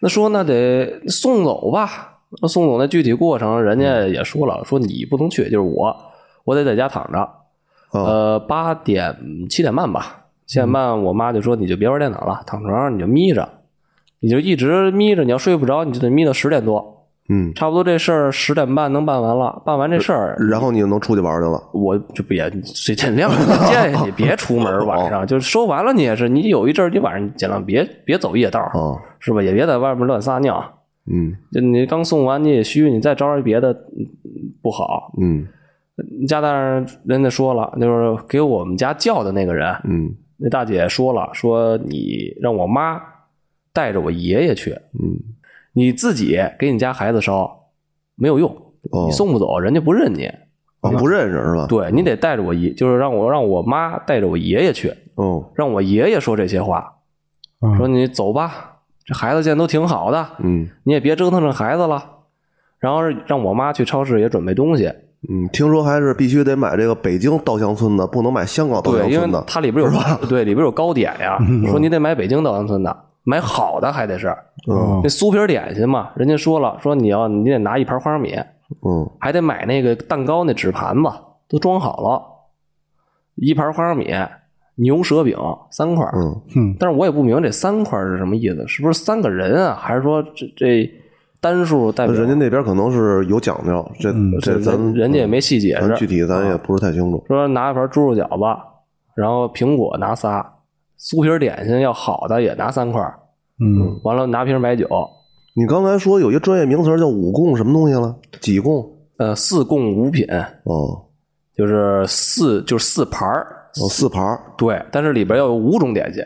那说那得送走吧。那送走那具体过程，人家也说了，说你不能去，就是我，我得在家躺着。嗯，呃，八点七点半吧，七点半，我妈就说你就别玩电脑了，躺床上你就眯着，你就一直眯着，你要睡不着，你就得眯到十点多，嗯，差不多这事儿十点半能办完了，办完这事儿，然后你就能出去玩儿去了。我就不也随尽量建议 <laughs> 你别出门晚哦上，就是说完了你也是，你有一阵儿你晚上尽量别别走夜道儿，哦，是吧？也别在外面乱撒尿，嗯就你刚送完你也虚，你再招人别的嗯不好。嗯家大人人家说了，就是给我们家叫的那个人，嗯那大姐说了，说你让我妈带着我爷爷去，嗯，你自己给你家孩子烧没有用，哦你送不走，人家不认你。啊不认识是吧？，对你得带着我爷，就是让我让我妈带着我爷爷去，哦，让我爷爷说这些话，啊说你走吧，这孩子现在都挺好的，嗯你也别折腾这孩子了。然后让我妈去超市也准备东西，嗯，听说还是必须得买这个北京稻香村的，不能买香港稻对，香因村为的。它里边有 <laughs> 对里边有糕点呀，说你得买北京稻香村的，买好的还得是嗯哦那酥皮儿点心嘛，人家说了，说你要你得拿一盘花生米，嗯还得买那个蛋糕那纸盘子，都装好了，一盘花生米、牛舌饼三块，嗯嗯，但是我也不明白这三块是什么意思，是不是三个人啊，还是说这这单数代表？嗯人家那边可能是有讲究，这这人咱人家也没细啊解释咱具体咱也不是太清楚。说拿一盘猪肉饺子，然后苹果拿仨，酥皮点心要好的也拿三块，嗯，完了拿瓶白酒，你刚才说有一个专业名词叫“五供”，什么东西了？几供？呃，四供五品哦，就是四就是四盘儿，哦，四盘儿，对，但是里边要有五种点心，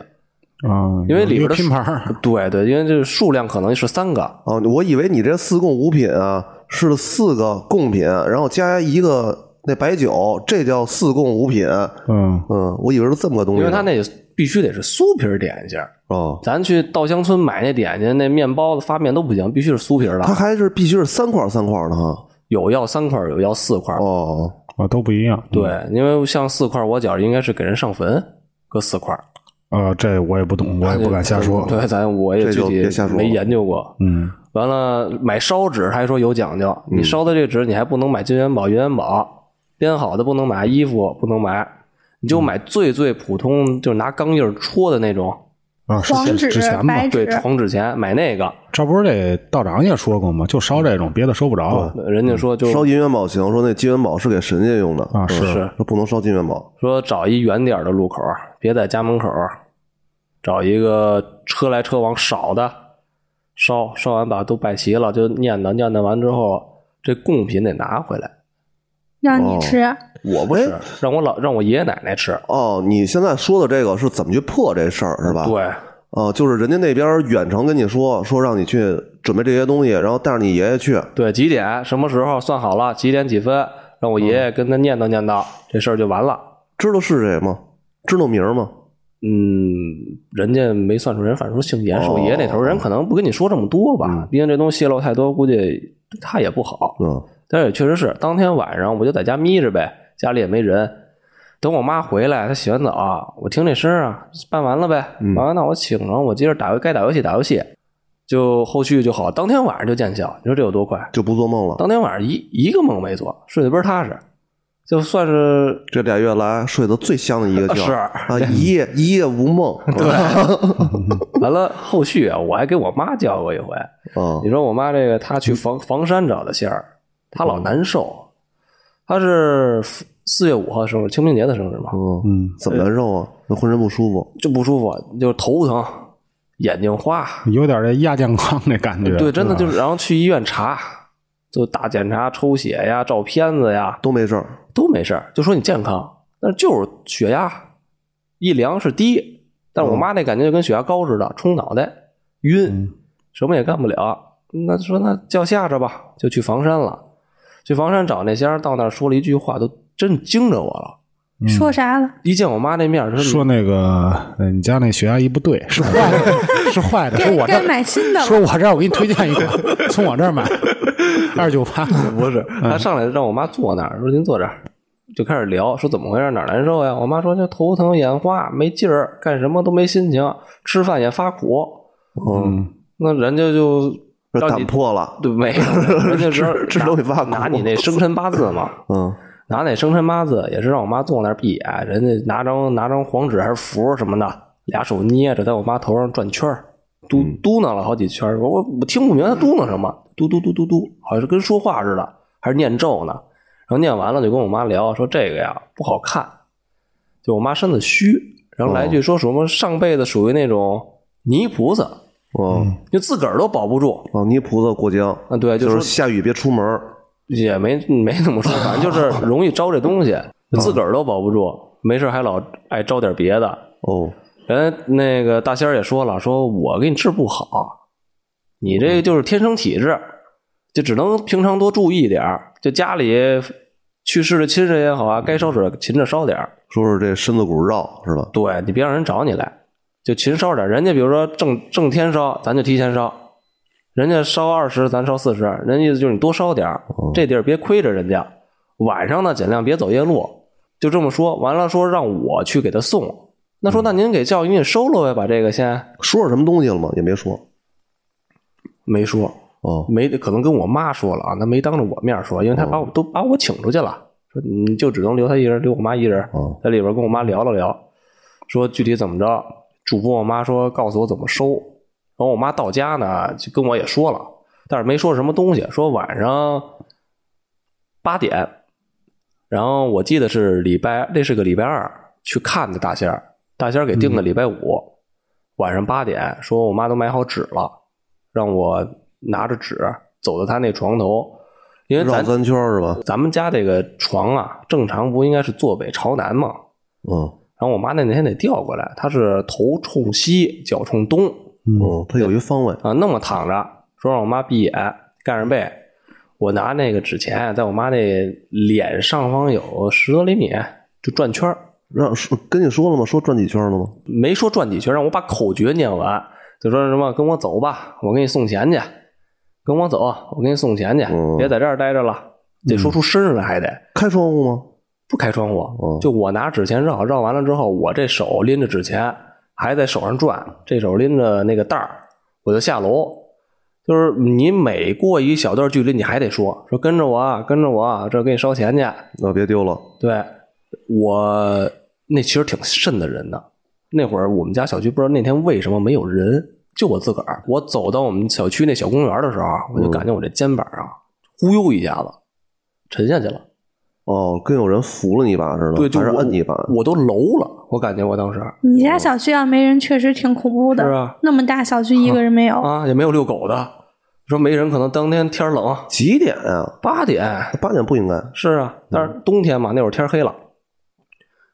啊，因为有一里边个的拼盘儿，对对，因为这个数量可能是三个，哦，我以为你这四供五品啊是四个贡品，然后加一个那白酒，这叫四供五品。嗯嗯，我以为是这么个东西因呢。为它那必须得是酥皮儿点心。哦，咱去稻香村买那点心，那面包子发面都不行，必须是酥皮儿它的。还是必须是三块三块的哈。有要三块儿，有要四块儿。哦，嗯啊，都不一样。对，因为像四块儿，我觉着应该是给人上坟，搁四块儿。啊，这我也不懂，我也不敢瞎说。对，咱我也哦这具就别体瞎说了没研究过。嗯，完了，买烧纸还说有讲究，嗯你烧的这纸你还不能买金元宝、银元宝，编好的不能买，衣服不能买，你嗯就买最最普通，就是拿钢印儿戳的那种，啊啊，是黄纸之前吧白，对，纸黄纸钱买那个。这不是这道长也说过吗？就烧这种，别的收不着。人家说就烧金元宝行，说那金元宝是给神仙用的嗯啊是是说不能烧金元宝。说找一远点儿的路口，别在家门口，找一个车来车往少的烧，烧完把都摆齐了，就念叨念叨完之后，这贡品得拿回来，让你哦吃。我不是让我老让我爷爷奶奶吃。哎哦，你现在说的这个是怎么去破这事儿是吧？，对，哦，就是人家那边远程跟你说说让你去准备这些东西，然后带着你爷爷去。对，几点什么时候算好了，几点几分，让我爷爷跟他念叨念叨，这事儿就完了。知道是谁吗？知道名儿吗？嗯，人家没算出人，反正说姓严，是我爷爷那头人，可能不跟你说这么多吧，毕竟这东西泄露太多，估计对他也不好。嗯，但是也确实是，当天晚上我就在家眯着呗，家里也没人。等我妈回来，她洗完澡，我听这声儿啊，办完了呗，完了那我醒了，我接着打游该打游戏打游戏，就后续就好，当天晚上就见效，你说这有多快？就不做梦了。当天晚上一一个梦没做，睡得倍儿踏实，就算是这俩月来睡得最香的一个觉，是 <laughs> 啊，一夜一夜无梦。啊对，完了后续啊，我还给我妈叫过一回。啊你，说我妈这个，她去房房山找的仙儿，她老难受。她是四月五号生日，清明节的生日嘛，嗯，怎么难受啊？那浑身不舒服。就不舒服，就头疼，眼睛花，有点这亚健康那感觉。对，啊真的吧就是，然后去医院查，就大检查、抽血呀、照片子呀，都没事儿，都没事儿，就说你健康，但是就是血压一量是低，但是我妈那感觉就跟血压高似的，冲脑袋晕，什么也干不了。那就说那叫下着吧，就去房山了。去房山找那仙儿，到那儿说了一句话，都真惊着我了。说啥了？一见我妈那面儿，说那个，呃你家那血压仪不对，是坏的，是坏哎的，该说我这该儿买新的说了。我这儿我给你推荐一个，从我这儿买，二九八，不是，嗯他上来让我妈坐那儿，说您坐这儿，就开始聊，说怎么回事，哪儿难受呀？我妈说就头疼眼花，没劲儿，干什么都没心情，吃饭也发苦。嗯，那人家就这让胆你破了。对没有，人家 <laughs> 吃是吃拿东西挖苦拿你那生辰八字嘛，嗯，拿那生辰八字也是让我妈坐那儿闭眼，人家拿张拿张黄纸还是符什么的，俩手捏着在我妈头上转圈儿。嘟嗯嘟囔了好几圈儿，我我我听不明白他嘟囔什么，嘟嘟嘟嘟嘟，好像是跟说话似的，还是念咒呢。然后念完了就跟我妈聊，说这个呀不好看，就我妈身子虚，然后来一句说什么上辈子属于那种泥菩萨，哦就自个儿都保不住，哦，泥菩萨过江，啊，对，就嗯说是下雨别出门儿。也没 <laughs> 没怎么说，反正就是容易招这东西，自个儿都保不住，没事还老爱招点别的。哦，人家那个大仙儿也说了，说我给你治不好，你这就是天生体质，就只能平常多注意点儿，就家里去世的亲人也好啊，该烧纸勤着烧点儿，说是这身子骨绕是吧？对你别让人找你来，就勤烧点儿。人家比如说正正天烧，咱就提前烧；人家烧二十，咱烧四十。人家意思就是你多烧点儿，这地儿别亏着人家。晚上呢，尽量别走夜路，就这么说。完了说让我去给他送，那说那您给教育您收了呗，把这个先说是什么东西了吗？也没说。没说，哦，没可能跟我妈说了啊，那没当着我面说，因为他把我、都把我请出去了，说你就只能留他一人，留我妈一人，在里边跟我妈聊了聊，说具体怎么着，嘱咐我妈说告诉我怎么收。然后我妈到家呢，就跟我也说了，但是没说什么东西，说晚上八点，然后我记得是礼拜，那是个礼拜二去看的大仙儿，大仙儿给定的礼拜五、晚上八点，说我妈都买好纸了，让我拿着纸走到她那床头，因为绕咱三圈儿是吧？咱们家这个床啊，正常不应该是坐北朝南吗？嗯然后我妈那天得调过来，她是头冲西，脚冲东嗯，它有一方位，啊，那么躺着，说让我妈闭眼盖上被，我拿那个纸钱在我妈那脸上方有十多厘米就转圈儿让说跟你说了吗？说转几圈了吗？没说转几圈，让我把口诀念完，就说什么跟我走吧，我给你送钱去，跟我走，我给你送钱去，别在这儿待着了，得说出声来还得。开窗户吗？不开窗户，就我拿纸钱绕，绕完了之后，我这手拎着纸钱还在手上转，这手拎着那个袋儿，我就下楼。就是你每过一小段距离，你还得说说跟着我啊，跟着我啊，这给你烧钱去。那啊别丢了。对我那其实挺瘆的人的。那会儿我们家小区不知道那天为什么没有人，就我自个儿。我走到我们小区那小公园的时候，我就感觉我这肩膀啊忽悠一下子沉下去了。哦，跟有人扶了你一把似的，对，就还是我摁你一把。我都楼了，我感觉我当时你家小区啊要没人，确实挺恐怖的。是啊那么大小区一个人没有，啊也没有遛狗的，说没人，可能当天天儿冷，几点啊？八点，八点不应该。是啊，但是冬天嘛，那会儿天黑了，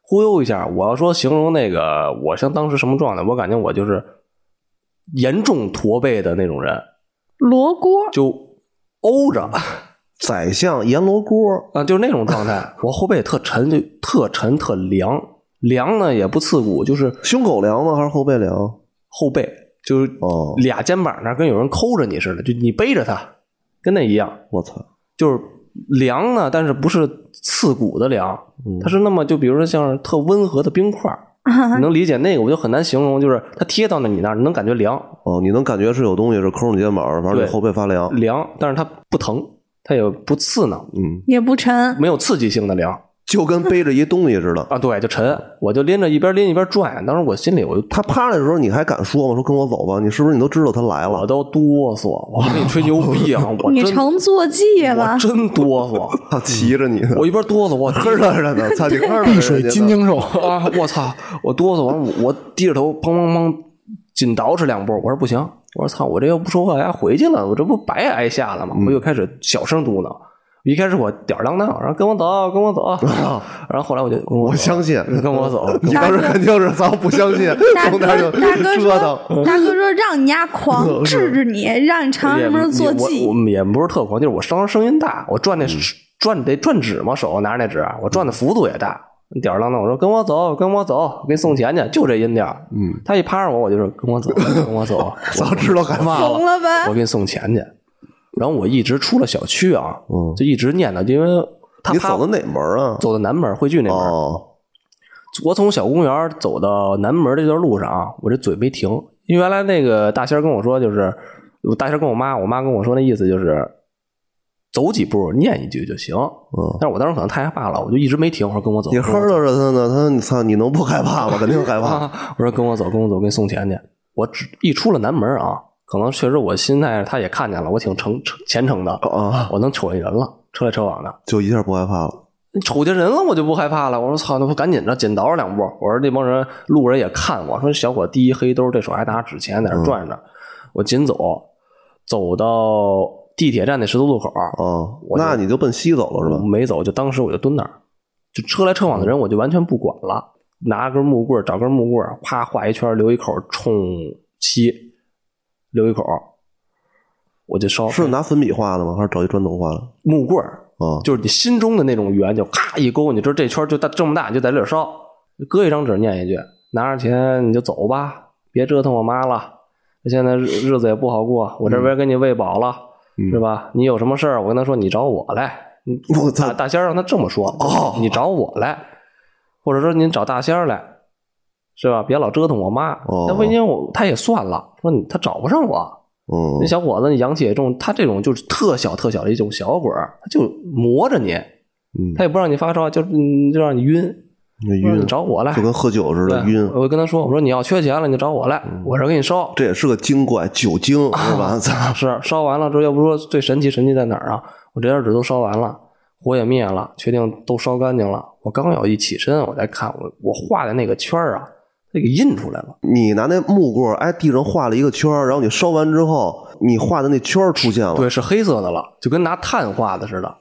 忽悠一下。我要说形容那个，我像当时什么状态，我感觉我就是严重驼背的那种人，罗锅就欧着。宰相阎罗锅啊，就是那种状态，我后背也特沉，就特沉特凉，凉呢也不刺骨，就是胸口凉吗？还是后背凉？后背就是哦，俩肩膀那儿跟有人抠着你似的，就你背着他，跟那一样。我操，就是凉呢，但是不是刺骨的凉，它是那么就比如说像是特温和的冰块儿，啊嗯你啊能理解那个，我就很难形容，就是它贴到那你那儿，你能感觉凉哦，你能感觉是有东西是抠你肩膀，反正对你后背发凉。凉，但是它不疼，它也不刺挠，嗯，也不沉。没有刺激性的凉。就跟背着一东西似的 <laughs> 啊，对，就沉，我就拎着一边拎一边转，当时我心里我就他趴着的时候，你还敢说吗？说跟我走吧，你是不是你都知道他来了？我都哆嗦，我跟你吹牛逼啊！我你真成坐骑了我，真哆嗦，他骑着你，我一边哆嗦， <laughs> 我呵着呢，操你呵 <laughs> 着呢碧水金睛兽， <laughs> 啊！我操！我哆嗦完，我我低着头，砰砰砰，紧捯饬两步。我说不行，我说操，我这要不说话，丫回去了，我这不白挨吓了吗？嗯我又开始小声嘟囔。一开始我吊儿郎当，然后跟我走，跟 <laughs> 我走，然后后来我就我啊我相信，跟 <laughs> 我走，你当时肯定是咱不相信，<laughs> 大从哥那儿就大 <laughs> 哥折腾。说，大哥说让你丫狂，治治你，让你尝也什么时候坐也我骑我。们也不是特狂，就是我声声音大，我嗯转那纸转得转纸嘛，手拿着那纸，我转的幅度也大。吊儿郎当，我说跟我走，跟我走，我给你送钱去，就这音调。嗯，他一趴着我，我就是跟我走，跟我走， <laughs> 早知道干嘛怂了？了吧我？给你送钱去。然后我一直出了小区啊，嗯就一直念叨，因为他你怕走的哪门啊？走到南门汇聚那边儿。哦，我从小公园走到南门这段路上啊，我这嘴没停，因为原来那个大仙儿跟我说，就是我大仙儿跟我妈，我妈跟我说那意思就是走几步念一句就行。嗯但是我当时可能太害怕了，我就一直没停，我说跟我走，你跟我呵走着他呢，他你操，你能不害怕吗？肯定害怕。啊！ <laughs> 我说跟我走，跟我走，给你送钱去。我只一出了南门啊，可能确实我心态他也看见了，我挺诚诚虔诚的， <laughs> 啊，我能瞅见人了，车来车往的。就一下不害怕了。你瞅见人了，我就不害怕了。我说操，那不赶紧着，紧倒着两步。我说那帮人路人也看我，说小伙第一黑兜，这手还拿纸钱在那转着。我紧走，走到地铁站那十字路口，哦，我就那你就奔西走了是吧？没走，就当时我就蹲那儿，就车来车往的人我就完全不管了，拿根木棍儿找根木棍儿，啪画一圈，留一口冲西，留一口，我就烧是拿粉笔画的吗？还是找一砖头画的？木棍儿，哦，就是你心中的那种圆，就咔一勾，你知道这圈就大这么大，你就在这里烧，搁一张纸念一句，拿着钱你就走吧，别折腾我妈了，现在日日子也不好过，我这边给你喂饱了，是吧？你有什么事儿，我跟他说，你找我来。你我大操！大仙儿让他这么说，哦，你找我来，或者说您找大仙儿来，是吧？别老折腾我妈。哦那不因为我他也算了，说你他找不上我，嗯那，小伙子，你阳气也重，他这种就是特小特小的一种小鬼儿，他就磨着你，嗯他也不让你发烧，就嗯就让你晕，那说晕你找我来就跟喝酒似的对晕。嗯我就跟他说，我说你要缺钱了，你就找我来，我这给你烧。这也是个精怪，酒精 <laughs> 是吧？操是烧完了之后，要不说最神奇神奇在哪儿啊？我这点纸都烧完了，火也灭了，确定都烧干净了。我刚要一起身，我再看我我画的那个圈儿啊，它给印出来了。你拿那木棍儿哎，地上画了一个圈儿，然后你烧完之后，你画的那圈儿出现了。对，是黑色的了，就跟拿碳画的似的。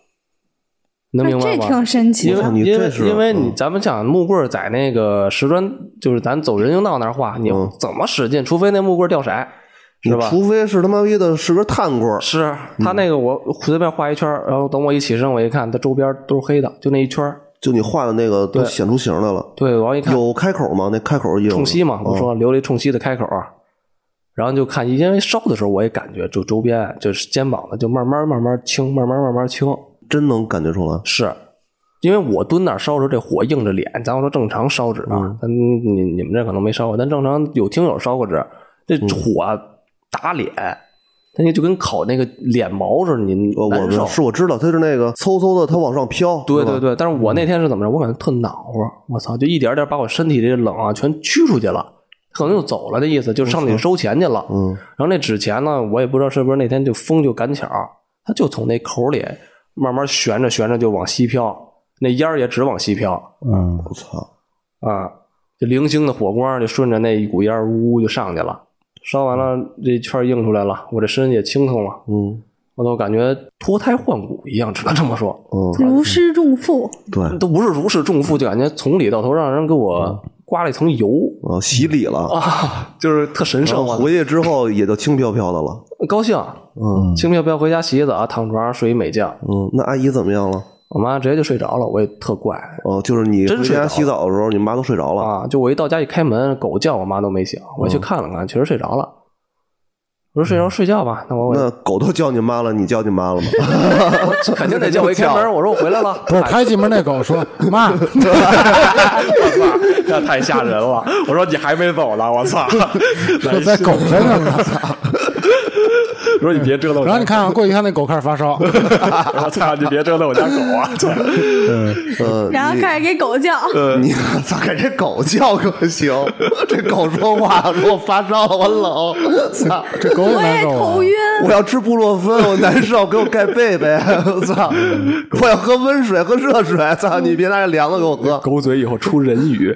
能明白吗？哎这挺神奇的因为你因这为是嗯因为你咱们讲木棍儿在那个石砖，就是咱走人行道那儿画，嗯你怎么使劲？除非那木棍儿掉色，是吧？除非是他妈逼的是根炭棍儿，是啊嗯他那个我随便画一圈儿，然后等我一起身，我一看，它周边都是黑的，就那一圈儿。就你画的那个都对显出形来了。对，我一看有开口吗？那开口也有冲吸嘛，嗯我说留了一冲吸的开口儿，然后就看，因为烧的时候我也感觉，就周边就是肩膀的就慢慢慢慢轻，慢慢慢慢轻，真能感觉出来。是因为我蹲那儿烧的时候，这火映着脸，咱要说正常烧纸嗯啊，咱你你们这可能没烧过，但正常有听友烧过纸，这嗯火打脸，那个就跟烤那个脸毛似的，你呃，我难受们。是我知道，它是那个嗖嗖的，它往上飘。对是吧嗯对，对，但是我那天是怎么着？我感觉特恼火，我操，就一点点把我身体这冷啊全驱出去了，可能就走了，那意思就上去收钱去了。嗯，然后那纸钱呢，我也不知道是不是那天就风就赶巧儿，它就从那口里慢慢悬着悬着就往西飘，那烟儿也只往西飘嗯，我操，啊，这零星的火光就顺着那一股烟儿呜呜就上去了，烧完了这圈儿映出来了，我这身也轻松了，嗯我都感觉脱胎换骨一样，只能这么说。嗯，如释重负，嗯对，都不是如释重负，就感觉从里到头让人给我刮了一层油呃，洗礼了。啊，就是特神然圣。后回去之后也就轻飘飘的了。我高兴，嗯轻飘飘回家洗洗澡，躺床上睡一美觉。嗯，那阿姨怎么样了？我妈直接就睡着了，我也特怪哦，就是你真回睡家着了洗澡的时候，你妈都睡着了。啊！就我一到家一开门，狗叫我妈都没醒，我去看了看，确实睡着了。我说睡着睡觉吧，嗯那我我那狗都叫你妈了，你叫你 <laughs> 妈了吗？我肯定得叫我一开门，我说我回来 <laughs> 了，不是开进门那狗说妈，那太吓人了。 <laughs> 我说你还没走呢，我 <laughs> 操！我在狗身上 <laughs> 呢。我说 <laughs> 你别折腾然后你看啊，过去一看那狗开始发 <laughs> 烧，我操！你别折腾我家狗啊！呃，然后你呃开始给狗叫，嗯你咋给这狗叫可行？ <laughs> 这狗说话说我发烧了，我冷，操！这狗也我难也受啊头。晕，我要吃布洛芬，我难受，给我盖被被，我操！我要喝温水，喝热水，操！你别拿这凉的给我喝。 <laughs> 狗嘴以后出人语，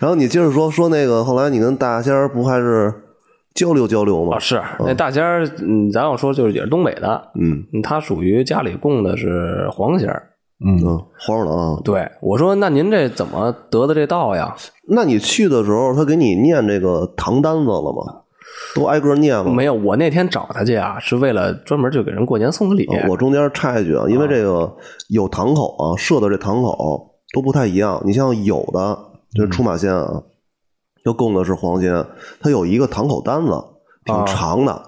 然后你接着说说那个，后来你跟大仙儿不还是交流交流吗啊，？是那大仙儿，嗯，咱要说就是也是东北的，嗯嗯他属于家里供的是黄仙儿。嗯，黄鼠狼。对我说，那您这怎么得的这道呀？那你去的时候，他给你念这个唐单子了吗？都挨个念吗？没有，我那天找他去啊，是为了专门就给人过年送个礼。啊我中间插一句啊，因为这个有堂口啊，设的这堂口都不太一样。你像有的这出马仙啊，就供的是黄仙，它有一个堂口单子，挺长的，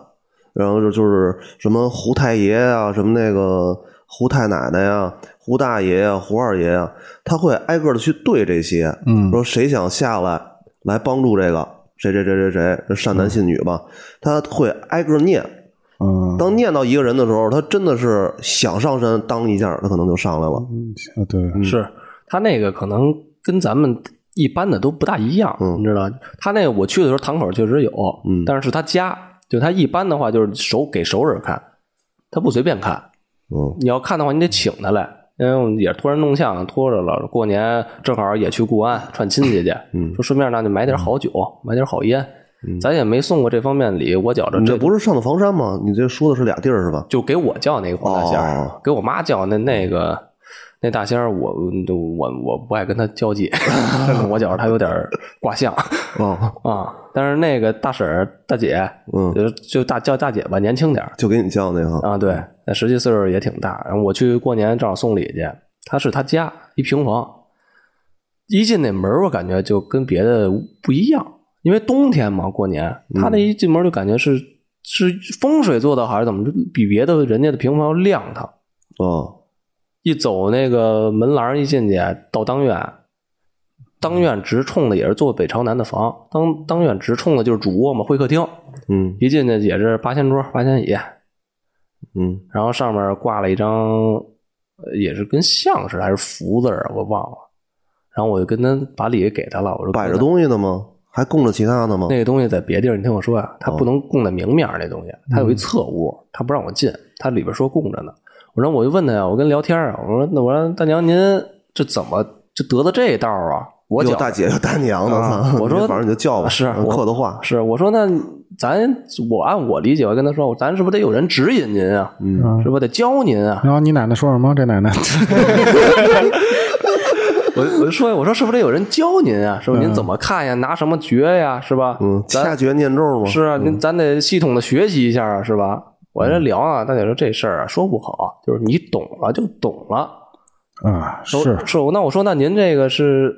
然后就就是什么胡太爷啊，什么那个胡太奶奶呀、胡大爷呀、胡二爷呀，他会挨个的去对这些，嗯说谁想下来来帮助这个谁谁谁谁谁，这善男信女吧，他会挨个念。嗯，当念到一个人的时候，他真的是想上身，当一下，他可能就上来了。嗯啊对，是他那个可能跟咱们一般的都不大一样，嗯你知道？他那个我去的时候堂口确实有，嗯但是是他家，就他一般的话就是手给熟人看，他不随便看。嗯，你要看的话，你得请他来，因为我们也是托人弄像，拖着了。过年正好也去固安串亲戚去，嗯说顺便呢就买点好酒，买点好烟，咱也没送过这方面礼，我觉着嗯你这这不是上的房山吗？你这说的是俩地儿是吧？就给我叫那个黄大仙儿，哦给我妈叫那那个那大仙儿，我我我不爱跟他 <laughs> 交际，我觉着他有点儿卦象哦，啊。但是那个大婶儿大姐，嗯就就大叫大姐吧，年轻点儿。就给你叫那个，啊，对，那实际岁数也挺大。然后我去过年正好送礼去，他是他家一平房，一进那门儿我感觉就跟别的不一样，因为冬天嘛，过年他那一进门就感觉是、是风水做的好还是怎么着，比别的人家的平房要亮堂。哦，一走那个门廊儿一进去到当院，当院直冲的也是坐北朝南的房，当当院直冲的就是主卧嘛，会客厅。嗯一进去也是八仙桌、八仙椅，嗯然后上面挂了一张呃也是跟像是还是福字儿，我忘了。然后我就跟他把礼给他了，我说摆着东西呢吗？还供着其他的吗？那个东西在别地儿，你听我说呀、它哦不能供在明面儿那东西，它嗯有一侧屋，它不让我进，它里边说供着呢。我然后我就问他呀，我跟聊天啊，我说那我说大娘您这怎么就得的这道啊？我有觉大姐有大娘的啊操我说你 <laughs> 反正你就叫吧是嗯我客套话是我说那咱我按我理解，我跟他说，咱是不是得有人指引您啊？嗯是不是得教您啊？然后你奶奶说什么？这奶奶我我就说，我说是不是得有人教您啊？是不是嗯您怎么看呀？拿什么诀呀？是吧？嗯，掐诀念咒吗？是啊，嗯您咱得系统的学习一下啊，是吧？我这聊啊，大姐说这事儿啊说不好，就是你懂了就懂了。啊，我是是，那我说那您这个是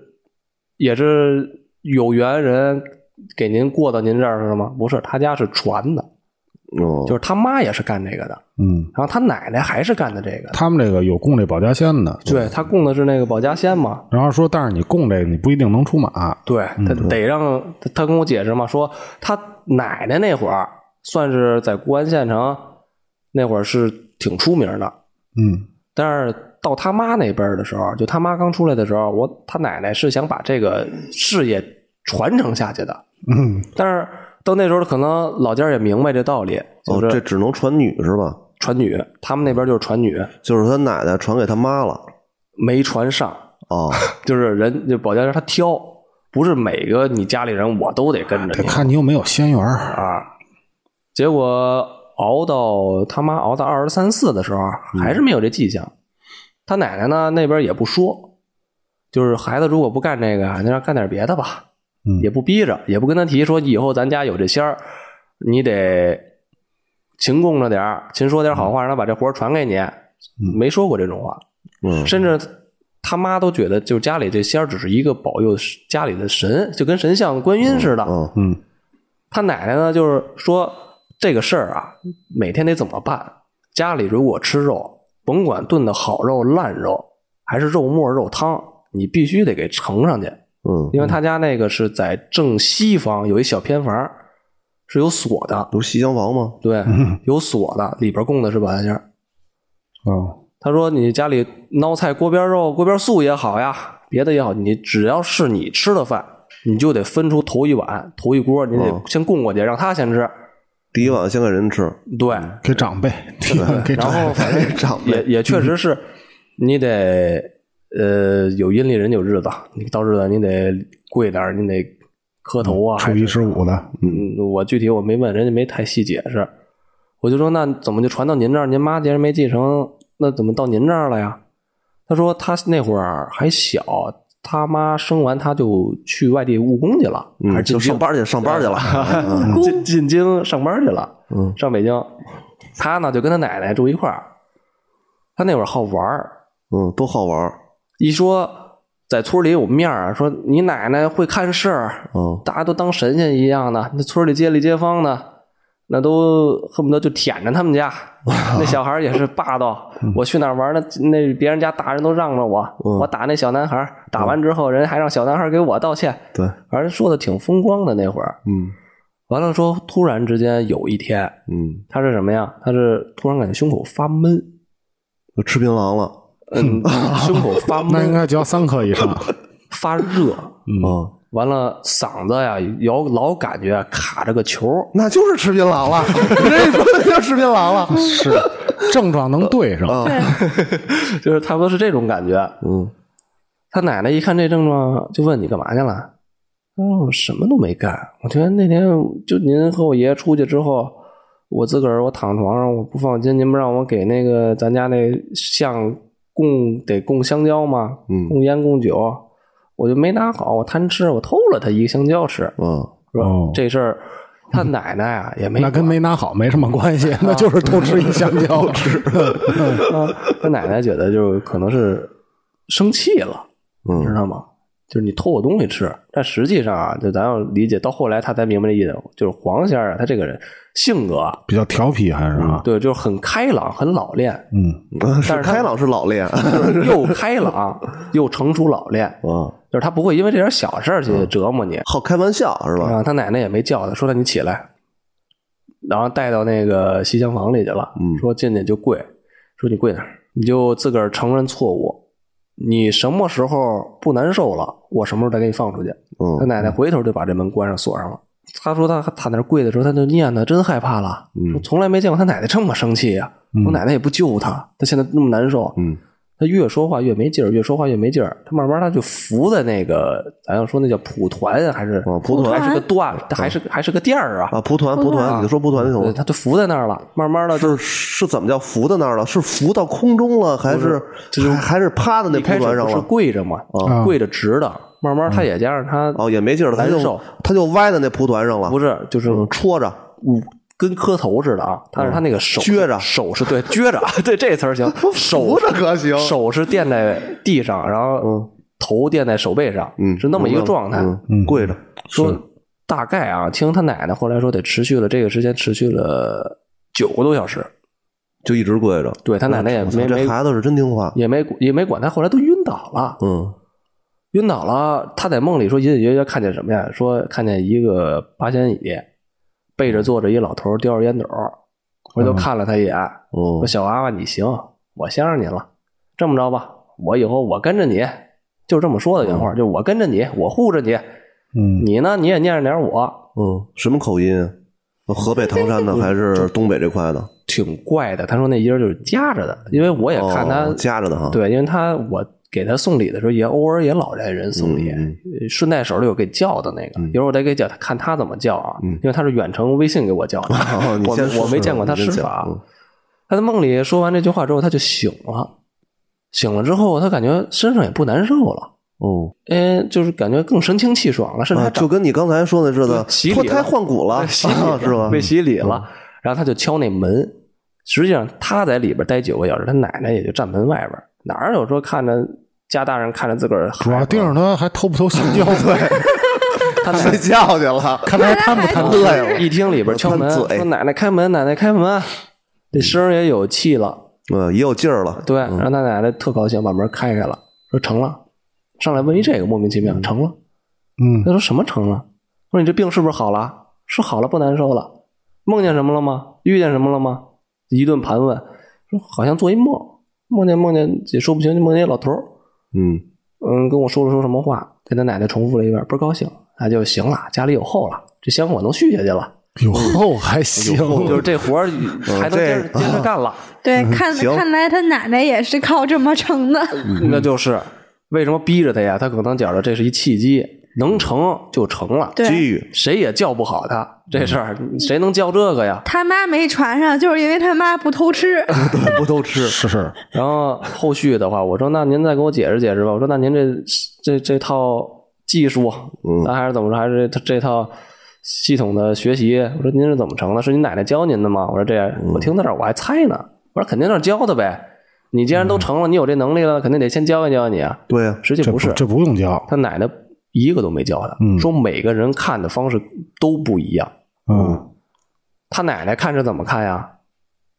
也是有缘人给您过到您这儿是吗？不是，他家是传的，哦就是他妈也是干这个的，嗯，然后他奶奶还是干的这个的。他们这个有供这保家仙的，对他供的是那个保家仙嘛，然后说，但是你供这个你不一定能出马，对他得让他他跟我解释嘛，说他奶奶那会儿算是在固安县城那会儿是挺出名的，嗯，但是到他妈那辈儿的时候，就他妈刚出来的时候，我他奶奶是想把这个事业传承下去的，嗯，但是到那时候可能老家也明白这道理，就哦，是这只能传女是吧？传女，他们那边就是传女，就是他奶奶传给他妈了，没传上，哦，就是人就保家仙他挑，不是每个你家里人我都得跟着得你。看你有没有仙缘儿啊。结果熬到他妈熬到二十三四的时候，还是没有这迹象。他奶奶呢那边也不说，就是孩子如果不干这个，那让干点别的吧，也不逼着，也不跟他提说以后咱家有这仙儿，你得勤供着点儿，勤说点好话，让他把这活儿传给你。没说过这种话， <laughs> 嗯，甚至他妈都觉得，就家里这仙儿只是一个保佑家里的神，就跟神像观音似的。嗯嗯，他奶奶呢，就是说这个事儿啊，每天得怎么办？家里如果吃肉，甭管炖的好肉、烂肉，还是肉末、肉汤，你必须得给盛上去。嗯，因为他家那个是在正西方有一小偏房，是有锁的，不是西厢房吗？对，有锁的，里边供的是保家仙儿。哦，他说：“你家里孬菜锅边肉、锅边素也好呀，别的也好，你只要是你吃的饭，你就得分出头一碗、头一锅，你得嗯先供过去，让他先吃。第一碗先给人吃，对，给长 <laughs> 辈， <laughs> 给然长辈后反正长也也确实是，你得呃有阴历人有日子，你到日子你得跪那儿，你得磕头啊。初一十五的，嗯，我具体我没问，人家没太细解释。我就说那怎么就传到您这儿？您妈既然没继承，那怎么到您这儿了呀？他说他那会儿还小，他妈生完他就去外地务工去了，嗯还是进就京上班去上班去了嗯嗯进进京上班去了，嗯上北京。他呢就跟他奶奶住一块儿，他那会儿好玩儿，嗯，多好玩儿，一说在村里有面儿，说你奶奶会看事儿，嗯，大家都当神仙一样的，那村里街里街坊呢，那都恨不得就舔着他 <laughs> 们家。那小孩儿也是霸道，我去哪儿玩呢？那别人家大人都让着我，嗯我打那小男孩儿，打完之后人还让小男孩儿给我道歉，对，反正说的挺风光的那会儿。嗯完了说，突然之间有一天，嗯，他是什么呀？他是突然感觉胸口发闷，就吃槟榔了，嗯， <laughs> 胸口发 <laughs> 那应闷，该交三颗以 <laughs> 上，发热。嗯，完了，嗓子呀，老老感觉卡着个球儿，那就是吃槟榔 <laughs> 了，人家说的就是吃槟榔了，是症状能对呃上， <laughs> 就是差不多是这种感觉。嗯他奶奶一看这症状，就问你干嘛去了？他说我什么都没干。我觉得那天就您和我爷爷出去之后，我自个儿我躺床上，我不放心，您不让我给那个咱家那像供得供香蕉吗？嗯供烟供酒，我就没拿好，我贪吃，我偷了他一个香蕉吃。嗯，说、哦这事儿，他奶奶啊也 <laughs> 没那跟管没拿好没什么关系，那就是偷吃 <laughs> 一香蕉，啊， <laughs> 他奶奶觉得就是可能是生气了，嗯知道吗？就是你偷我东西吃，但实际上啊，就咱要理解到后来，他才明白这意思，就是黄仙儿啊，他这个人性格啊比较调皮还是啊，对，就是很开朗，很老练，嗯，嗯但是是他开朗是老 <laughs> 练，就是又开朗又成熟老练，嗯，就是他不会因为这点小事儿去折磨你。好开玩笑是吧？啊，他奶奶也没叫他，说让你起来，然后带到那个西厢房里去了，嗯说进去就跪，说你跪那儿，你就自个儿承认错误。你什么时候不难受了，我什么时候再给你放出去。嗯他奶奶回头就把这门关上锁上了。他说他他那儿跪的时候，他就念叨，真害怕了，嗯说从来没见过他奶奶这么生气呀、我奶奶也不救他，他现在那么难受。嗯他越说话越没劲儿，越说话越没劲儿。他慢慢他就服在那个，咱要说那叫蒲团啊还是蒲团还是个段，哦他还是还是个垫儿啊啊，蒲团蒲团，你就说蒲团就行了。他就浮在那儿了，慢慢的是是怎么叫浮在那儿了？是浮到空中了，还是还还是趴在那一开蒲始团上不是了？跪着嘛，啊跪着直的，慢慢他也加上他哦，也没劲儿了，他难受就嗯他就歪在那蒲团上了，不是就是戳着，跟磕头似的啊，但是他嗯那个手撅着，手是对撅着， <laughs> 对这词儿行，手着可行手是垫在地上，然后头垫在手背上，嗯是那么一个状态，嗯跪着，说大概啊，听他奶奶后来说得持续了这个时间，持续了九个多小时，就一直跪着。对他奶奶也我操没没这孩子是真听话，也没也没管他，后来都晕倒了。嗯，晕倒了，他在梦里说隐隐约约看见什么呀？说看见一个八仙椅，背着坐着一老头叼着烟斗，回嗯嗯头看了他一眼，哦说小娃娃你行，我相上你了，这么着吧，我以后我跟着你，就这么说的原嗯话，就我跟着你，我护着你，嗯，你呢你也念着点我，嗯，什么口音啊？河北唐 <laughs> 山的还是东北这块的？挺怪的。他说那音儿就是夹着的，因为我也看他、哦夹着的哈对，因为他我给他送礼的时候也偶尔也老让人送礼，嗯呃顺带手里有给叫的那个，一会儿我再给叫，看他怎么叫啊，嗯因为他是远程微信给我叫 <laughs> 的，哦你我没先说我没见过他你施先法。讲嗯他在梦里说完这句话之后，他就醒了，醒了之后他感觉身上也不难受了。哦，哎，就是感觉更神清气爽了，甚至还啊，长就跟你刚才说的似的洗，礼脱了胎换骨了，被洗礼了啊是吧？被洗礼了，然后他就敲那门。实际上他在里边待九个小时，他奶奶也就站门外边，哪有说看着家大人看着自个儿啊主要盯着他还偷不偷 <laughs> 香蕉，他 <laughs> 睡觉去了，看他贪不贪累了，一听里边敲门，贪嘴说奶奶开门，奶奶开门，啊这声儿也有气了，嗯，也有劲儿了，对，然后他奶奶特高兴，把门开开了，说成了，上来问一这个莫名其妙，成了。嗯，他说什么成了？说你这病是不是好了？是好了，不难受了。梦见什么了吗？遇见什么了吗？一顿盘问，说好像做一梦，梦见梦见也说不清，就梦见一老头儿嗯嗯，跟我说了说什么话，跟他奶奶重复了一遍，倍儿高兴，那就行了，家里有后了，这香火能续下去了， <laughs> 有后还行，哦就是这活儿 <laughs> 还能接着这接着干了。对，看行看来他奶奶也是靠这么成的。那就是为什么逼着他呀？他可能觉得这是一契机，能成就成了，对机遇谁也叫不好他这事儿，谁能叫这个呀？他妈没传上，就是因为他妈不偷吃。不都吃，是是，然后后续的话，我说那您再给我解释解释吧。我说那您这这这套技术，啊嗯那还是怎么着？还是这这套系统的学习？我说您是怎么成的？是您奶奶教您的吗？我说这样，我听到这儿我还猜呢。我说肯定那是教的呗。你既然都成了，你有这能力了，肯定得先教一教你啊。对呀，实际这不是，这不用教，他奶奶一个都没教他，嗯说每个人看的方式都不一样。嗯他奶奶看是怎么看呀？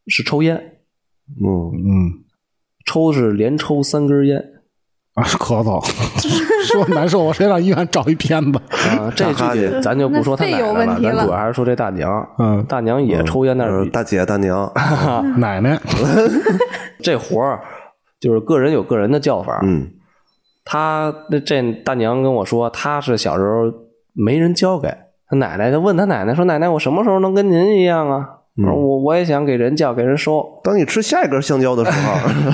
是抽烟，嗯，嗯抽是连抽三根烟啊，咳嗽， <laughs> 说难受，我谁让医院找一片子？啊。这具体咱就不说他奶奶那肺有问题了咱主要还是说这大娘。嗯，大娘也抽烟，但呃是大姐大 <laughs> 娘，嗯 <laughs> 奶奶，这活儿就是个人有个人的叫法。嗯他那这大娘跟我说，他是小时候没人教给他奶奶，他问他奶奶说：“奶奶，我什么时候能跟您一样啊？”我说：“我我也想给人叫，给人收。”当你吃下一根香蕉的时 <laughs> 候，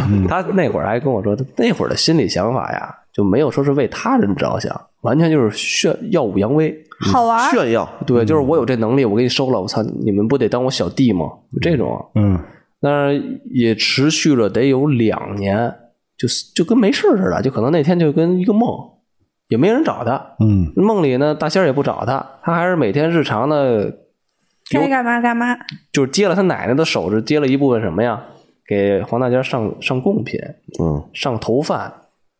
嗯他那会儿还跟我说，他那会儿的心理想法呀，就没有说是为他人着想，完全就是炫耀武扬威。嗯好玩儿，炫耀，对，就是我有这能力，我给你收了，我操，你们不得当我小弟吗？就这种，嗯但是也持续了得有两年，就是就跟没事似的，就可能那天就跟一个梦，也没人找他，嗯梦里呢大仙儿也不找他，他还是每天日常的该干嘛干嘛。就是接了他奶奶的手，是接了一部分什么呀？给黄大仙上上贡品，嗯上头饭，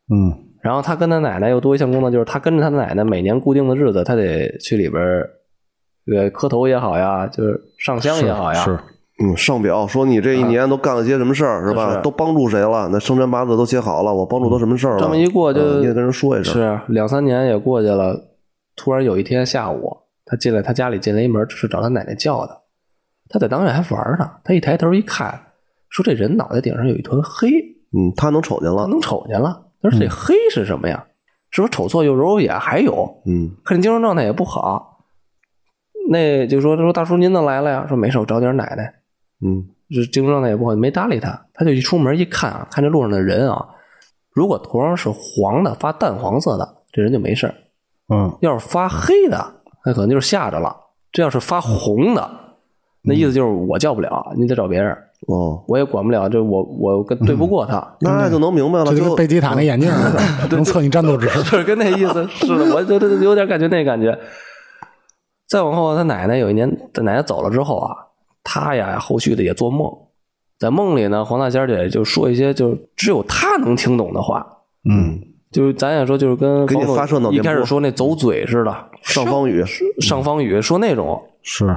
嗯然后他跟他奶奶又多一项功能，就是他跟着他奶奶每年固定的日子，他得去里边儿，呃，磕头也好呀，就是上香也哎好呀，是嗯，上表说你这一年都干了些什么事儿，是吧？是都帮助谁了？那生辰八字都写好了，我帮助都什么事儿了？这么一过就、嗯你得跟人说一声，是两三年也过去了，突然有一天下午，他进来他家里进来一门，是找他奶奶叫的，他在当院还玩呢，他一抬头一看，说这人脑袋顶上有一团黑，嗯，他能瞅见了，能瞅见了。他说这黑是什么呀？是不是瞅错又揉揉眼？还有，嗯，看这精神状态也不好。那就说他说大叔您怎么来了呀？说没事，我找点奶奶。嗯，这精神状态也不好，没搭理他。他就一出门一看啊，看这路上的人啊，如果头上是黄的，发淡黄色的，这人就没事儿嗯，要是发黑的，那可能就是吓着了。这要是发红的，那意思就是我叫不了，你得找别人。哦，我也管不了，这我我跟对不过他。那就能嗯明白了。这就跟贝吉塔那眼镜儿似嗯 <laughs> 的能测你战斗值。就是跟那意 <laughs> 思是的，我就就就有点感觉那感觉。再往后，他奶奶有一年，他奶奶走了之后啊，他呀后续的也做梦，在梦里呢，黄大仙儿姐就说一些就是只有他能听懂的话，嗯，就是咱也说就是跟给你房总发射脑一电波开始说那走嘴似的，上方语，上方语说那种，是，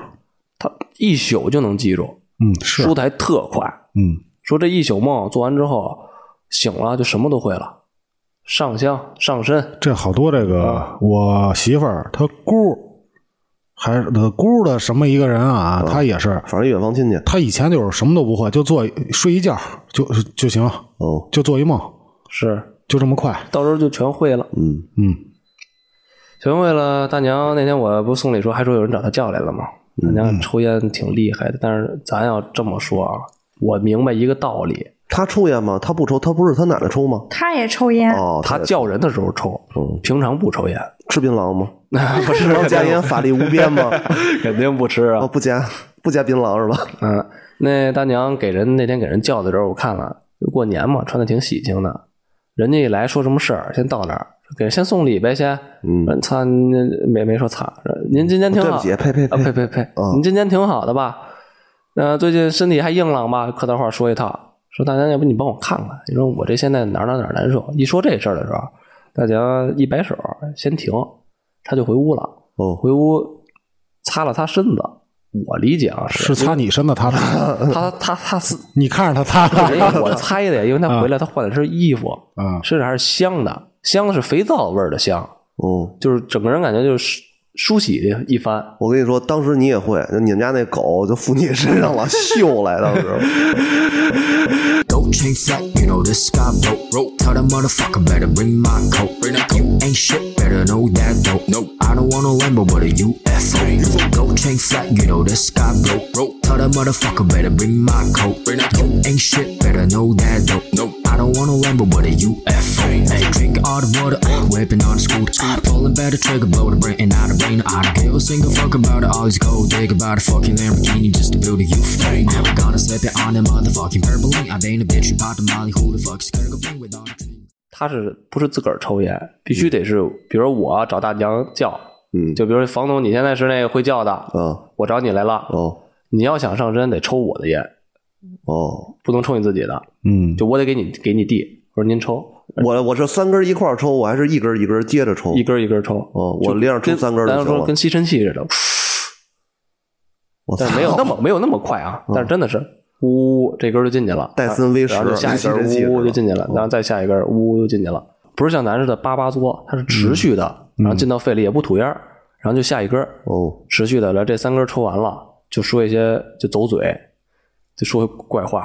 他一宿就能记住，嗯，是，说的还特快，嗯，说这一宿梦做完之后啊醒了就什么都会了，上香上身，这好多这个嗯我媳妇儿她姑，还是她姑的什么一个人啊，嗯她也是，反正远房亲戚，她以前就是什么都不会，就做睡一觉就就行，哦，就做一梦，是就这么快，到时候就全会了。嗯嗯，全会了。大娘那天我不是送礼时候还说有人找她叫来了吗？大娘抽烟挺厉害的，但是咱要这么说啊，我明白一个道理，他抽烟吗？他不抽，他不是他奶奶抽吗？他也抽烟，哦，嗯她叫人的时候抽，平常不抽烟，吃槟榔 <laughs> 吗？不是槟榔加烟法力无边 <laughs> 吗？肯定不吃啊哦，。不加不加槟榔是吧？嗯，那大娘给人那天给人叫的时候，我看了，就过年嘛，穿的挺喜庆的。人家一来说什么事儿，先到那儿给人先送礼呗，先。嗯，操，您没没说操，您今天挺对好。不起，呸呸啊，呸呸呸呸！啊您今天挺好的吧？呃，最近身体还硬朗吧？客套话说一套，说大娘，要不你帮我看看？你说我这现在哪儿哪儿哪儿难受？一说这事儿的时候，大娘一摆手，先停，她就回屋了。哦回屋擦了擦身子，我理解啊是擦你身子，她擦，她她她是， <laughs> 你看着 <laughs> 她擦，因为我猜的，因为她回来她换了身衣服，嗯啊，身上还是香的，香是肥皂味儿的香，哦，就是整个人感觉就是梳洗一番。我跟你说，当时你也会，就你们家那狗就附你身上了， <laughs> 嗅来当时。 Go chase that, you know this guy broke. Rope, tell the motherfucker better bring my coat. Bring that coat. Ain't shit, better know that though. No, I don't want no Lambo, but a UFO. Go chase that, you know this guy broke. Rope, tell the motherfucker better bring my coat. Bring that coat. Ain't shit, better know that though. No, I don't want no Lambo, but a UFO. Hey, drink all the water, uh, whipping on the scooter. Pulling better trigger, boat, bringing out of rain. I don't give a single fuck about it. Always go dig about a fucking Lamborghini just to build a UFO. Never gonna slip it on that motherfucking purple lane. I been a bitch about the molly. Who the fuck's gonna go playing with all the dreams? 他是不是自个儿抽烟，必须得是，比如我找大娘叫，嗯，就比如房东，你现在是那个会叫的，啊我找你来了，哦你要想上身得抽我的烟，哦，不能抽你自己的，嗯，就我得给你给你递，我说您抽，我我是三根一块儿抽，我还是一根一根接着抽？一根一根抽，哦，我连上抽跟三根儿咱就行说了跟。吸尘器似的，我操但是没有那么没有那么快啊，但是真的是呜呜这根儿就进去了，哦啊戴森 V 十然后就下一根跟吸尘器哦儿呜似呜的就进去了，然后再下一根儿呜呜就进去了，不是像咱似的叭叭嘬，它是嗯持续的，然后进到肺里也不吐烟儿，然后就下一根儿，哦，持续的来这三根抽完了，就说一些就走嘴，就说怪话，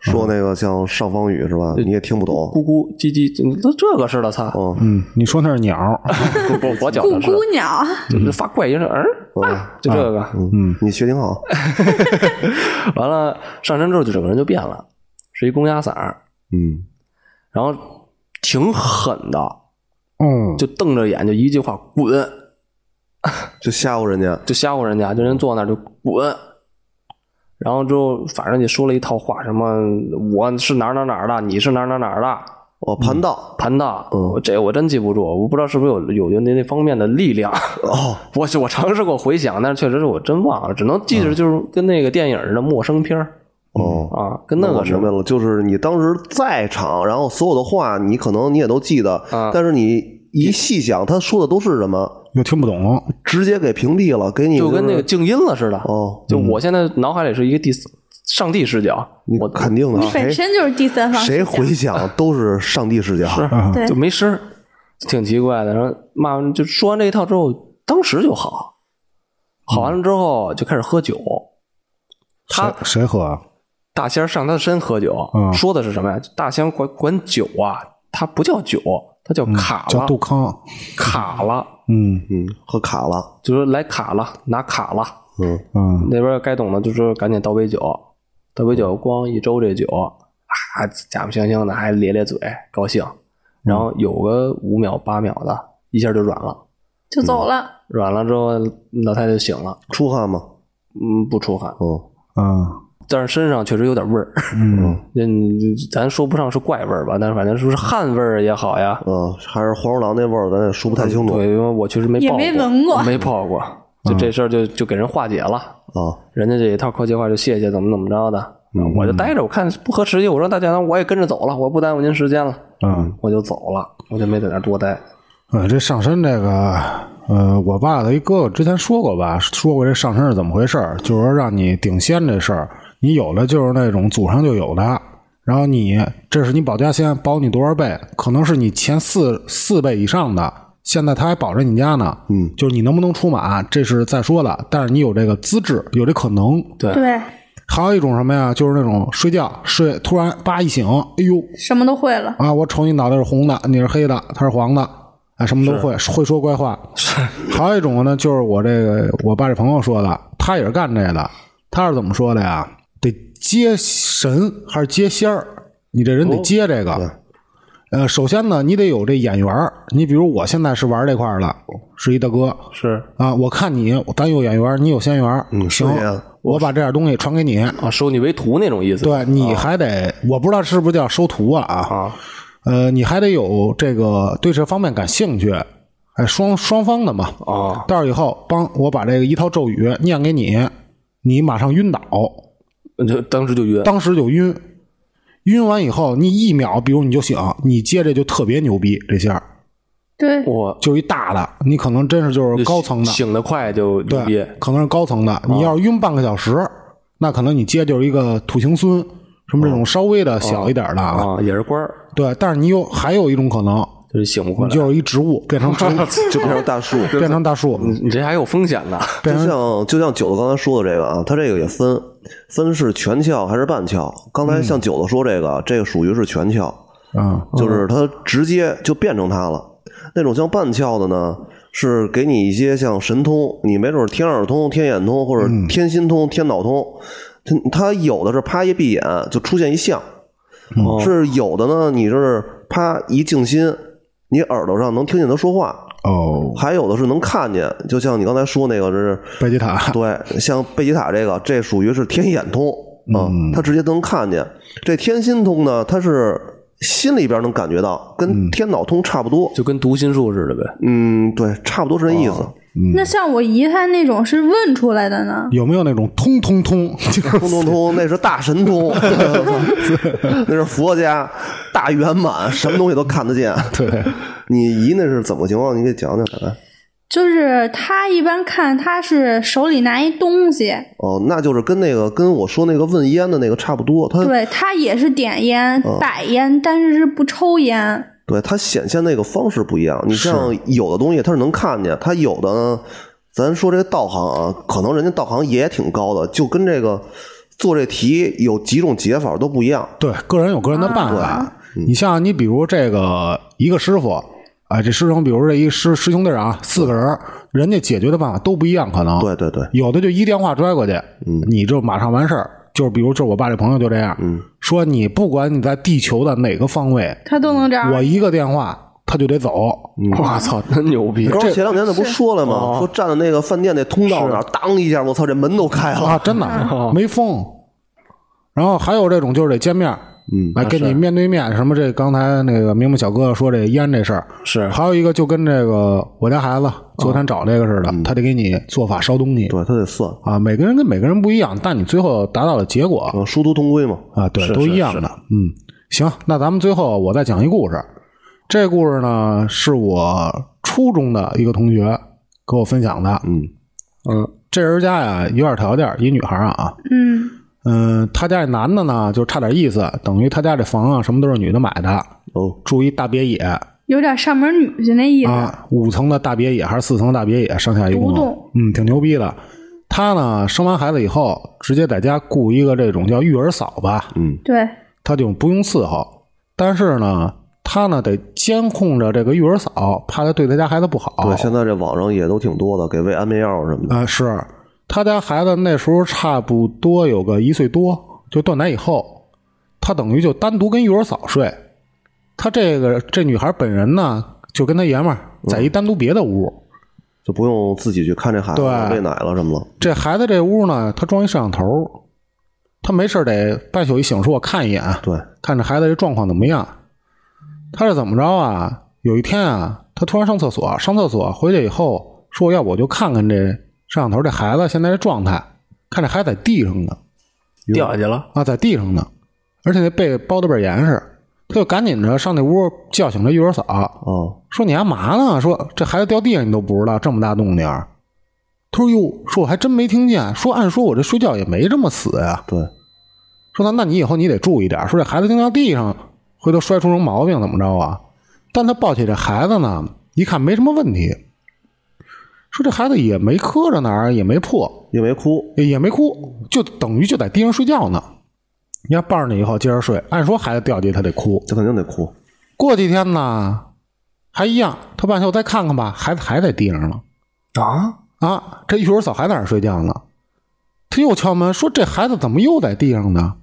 说那个像上方语是吧？你也听不懂。咕咕唧唧，都这个似的，操！哦，嗯，你说那是 <laughs> 鸟，不不，我觉顾得是姑娘，就是发怪音，嗯，啊就这个。嗯，哦你学挺好。完了上身之后就整个人就变了，是一公鸭嗓儿，嗯，然后挺狠的，嗯，就瞪着眼就一句话滚，就吓唬人家。就吓唬人家，就人坐那儿就滚。然后之后，反正就说了一套话，什么我是哪儿哪儿哪儿的，你是哪儿哪儿哪儿的，哦，盘道。盘道，嗯我这我真记不住，我不知道是不是有有有那那方面的力量。 <laughs> 哦，我是我尝试过回想，但是确实是我真忘了，只能记着就是跟那个电影似的陌生片儿哦，啊，跟那我个似明白的。了，就是你当时在场，然后所有的话你可能你也都记得，啊但是你一细想，他说的都是什么，又听不懂，直接给屏蔽了，给你就跟那是个静音了似的。哦，就我现在脑海里是一个第四上帝视角，你我肯定的，啊你本谁身就是第三方视哎谁角，回想都是上帝视角，对就没声儿，挺奇怪的。然后骂完就说完这一套之后，当时就好，好完了之后就开始喝酒。他谁谁喝啊？大仙儿上他的身喝酒，嗯说的是什么呀？大仙儿管管酒啊，它不叫酒，它嗯叫卡了，叫杜康，卡了，嗯嗯，喝卡了，就是来卡了，拿卡了。嗯嗯，那边该懂的就是赶紧倒杯酒，倒杯酒，光一周这酒啊，假不惺惺的还咧咧嘴，高兴，然后有个五秒八秒的，一下就软了，就走了。软了之后老太太就醒了，出汗吗？嗯，不出汗，哦，嗯啊，但是身上确实有点味儿， <laughs> 嗯，嗯，咱说不上是怪味儿吧，但是反正是不是汗味儿也好呀，嗯，还是黄鼠狼那味儿，咱也说不太清楚。嗯对，因为我确实没也泡没闻过没泡过，就这事儿就就给人化解了。啊，人家这一套客气话就谢谢怎么怎么着的，嗯嗯我就待着，我看不合时宜，我说大家我也跟着走了，我不耽误您时间了，嗯，我就走了，我就没在那儿多待。呃，这上身这个，呃，我爸的一哥哥之前说过吧，说过这上身是怎么回事儿，就是说让你顶仙这事儿，你有的就是那种祖上就有的，然后你这是你保家仙保你多少倍，可能是你前四四倍以上的，现在他还保着你家呢，嗯，就是你能不能出马，这是再说了，但是你有这个资质，有这可能，对对，还有一种什么呀，就是那种睡觉睡突然叭一醒，哎呦，什么都会了。啊，我瞅你脑袋是红的，你是黑的，他是黄的，啊，什么都会，会说怪话。还有一种呢，就是我这个我爸这朋友说的，他也是干这个，他是怎么说的呀？得接神还是接仙儿？你这人得接这个。呃，首先呢，你得有这眼缘儿。你比如我现在是玩这块儿的，是一大哥，是啊，我看你，咱有眼缘儿，你有仙缘儿，嗯，行是呀，我把这点东西传给你，啊，收你为徒那种意思。对，你还得，我不知道是不是叫收徒啊啊，呃，你还得有这个对这方面感兴趣，哎，双双方的嘛啊，到时候以后帮我把这个一套咒语念给你，你马上晕倒，就当时就约，当时就晕，晕完以后你一秒，比如你就醒，你接着就特别牛逼，这下对，我就一大的，你可能真是就是高层的，醒得快就牛逼对，可能是高层的。你要是晕半个小时，那可能你接就是一个土行孙，什么这种稍微的小一点的啊。啊，也是官儿，对，但是你有还有一种可能，就是醒不过你来。就是一植物变成植物， <laughs> 就变成 <laughs> 大树。变成大树。你你这还有风险 <laughs> 呢，变就成像就像九子刚才说的这个啊，它这个也分分是全窍还是半窍。刚才像九子说这个，这个属于是全窍，啊，就是它直接就变成它了。那种像半窍的呢，是给你一些像神通，你没准儿天耳通、天眼通或者天心通、天脑通，它它有的是啪一闭眼就出现一像，哦是有的呢，你是啪一静心，你耳朵上能听见他说话。哦，还有的是能看见，就像你刚才说那个，这是贝吉塔 <laughs> 对，像贝吉塔这个，这属于是天眼通啊，他直接能看见。这天心通呢，它是心里边能感觉到，跟天脑通差不多。就跟读心术似的呗。嗯，对，差不多是这意思。那像我姨她那种是问出来的呢，有没有那种通通通？就是 <laughs> 通通通，那是大神通， <laughs> 那是佛家大圆满，什么东西都看得见。 <laughs> 对，你姨那是怎么情况？你给讲讲看看。就是她一般看她是手里拿一东西，哦，那就是跟那个跟我说那个问烟的那个差不多，他对她也是点烟、摆烟，但是是不抽烟。对它显现那个方式不一样。你像有的东西它是能看见，它有的呢，咱说这个道行啊，可能人家道行也挺高的，就跟这个做这题有几种解法都不一样。对，个人有个人的办啊法。你像你比如这个一个师傅。哎，这师兄，比如这一师师兄弟啊，四个人，人家解决的办法都不一样，可能对嗯对对，有的就一电话拽过去，你就马上完事儿。就是比如，就是我爸这朋友就这样，嗯说你不管你在地球的哪个方位，她都能这样，嗯我一个电话他就得走。 <laughs> 我操，真牛逼！刚前两天那不说了哦吗？说站在那个饭店那通道那儿，当一下，我操，这门都开了。啊，真的没封。然后还有这种就是得见面，嗯，哎，跟你面对面，什么这刚才那个明明小哥说这烟这事儿，是还有一个就跟这个我家孩子昨天找这个似的，他得给你做法烧东西对他得算，啊，每个人跟每个人不一样，但你最后达到的结果嗯，殊途同归嘛。啊，对，是都是一样是的，嗯，行，那咱们最后我再讲一故事，这故事呢是我初中的一个同学给我分享的，呃嗯嗯，这人家呀有点条件，一女孩儿啊，嗯，嗯，他家这男的呢，就差点意思，等于他家这房啊，什么都是女的买的，哦，住一大别野啊有点上门女婿那意思。啊，五层的大别野还是四层的大别野，上下一共独栋，嗯，挺牛逼的。她呢生完孩子以后，直接在家雇一个这种叫育儿嫂吧，嗯，对，她就不用伺候，但是呢，她呢得监控着这个育儿嫂，怕她对她家孩子不好。对，现在这网上也都挺多的，给喂安眠药什么的。啊、是他家孩子那时候差不多有个一岁多，就断奶以后，他等于就单独跟育儿嫂睡。他这个这女孩本人呢，就跟他爷们儿在一单独别的屋。就不用自己去看这孩子对喂奶了什么了。这孩子这屋呢，他装一摄像头，他没事儿得半宿一醒说：“我看一眼，对，看这孩子这状况怎么样。”他是怎么着啊？有一天啊，他突然上厕所，上厕所回去以后说：“要不我就看看这摄像头这孩子现在这状态，看这孩子在地上呢，掉下去了。啊，在地上呢，而且那被包的倍儿严实。”他就赶紧着上那屋叫醒这育儿嫂，哦，说你干嘛呢？说这孩子掉地上你都不知道，这么大动静儿。他说：“哟，说我还真没听见。说按说我这睡觉也没这么死呀、对，说那那你以后你得注意点儿。说这孩子掉到地上，回头摔出什么毛病怎么着啊？但他抱起这孩子呢，一看没什么问题。说这孩子也没磕着哪儿，也没破，也没哭，也也没哭，就等于就在地上睡觉呢。你要抱着你以后接着睡，按说孩子掉地他得哭。这肯定得哭。过几天呢，还一样，他半宿再看看吧，孩子还在地上呢。”啊，啊，这育儿嫂还在那儿睡觉呢。他又敲门说：“这孩子怎么又在地上呢？”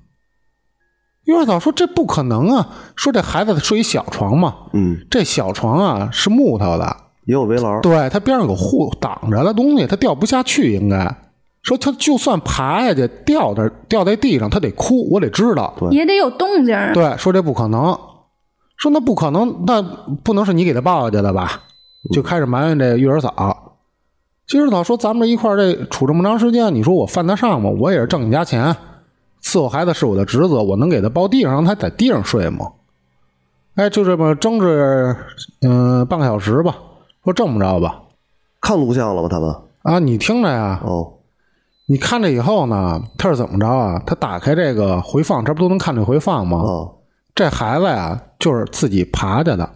育儿嫂说：“这不可能啊！说这孩子睡一小床嘛，嗯，这小床啊是木头的，也有围栏。，对，它边上有护挡着的东西，它掉不下去。应该说，他就算爬下去掉这掉在地上，他得哭，我得知道。也得有动 <laughs> 静儿啊。对，说这不可能，说那不可能，那不能是你给他抱下去的吧？就开始埋怨这育儿嫂。育儿嫂说：“咱们这一块儿这处这么长时间，你说我犯得上吗？我也是挣你家钱，伺候孩子是我的职责，我能给他抱地上，让他在地上睡吗？”哎，就这么争执，嗯、半个小时吧。说这么着吧，看录像了吗？他们？啊，你听着呀，哦，你看这以后呢，他是怎么着啊？他打开这个回放，这不都能看这回放吗？哦，这孩子呀，就是自己爬着的，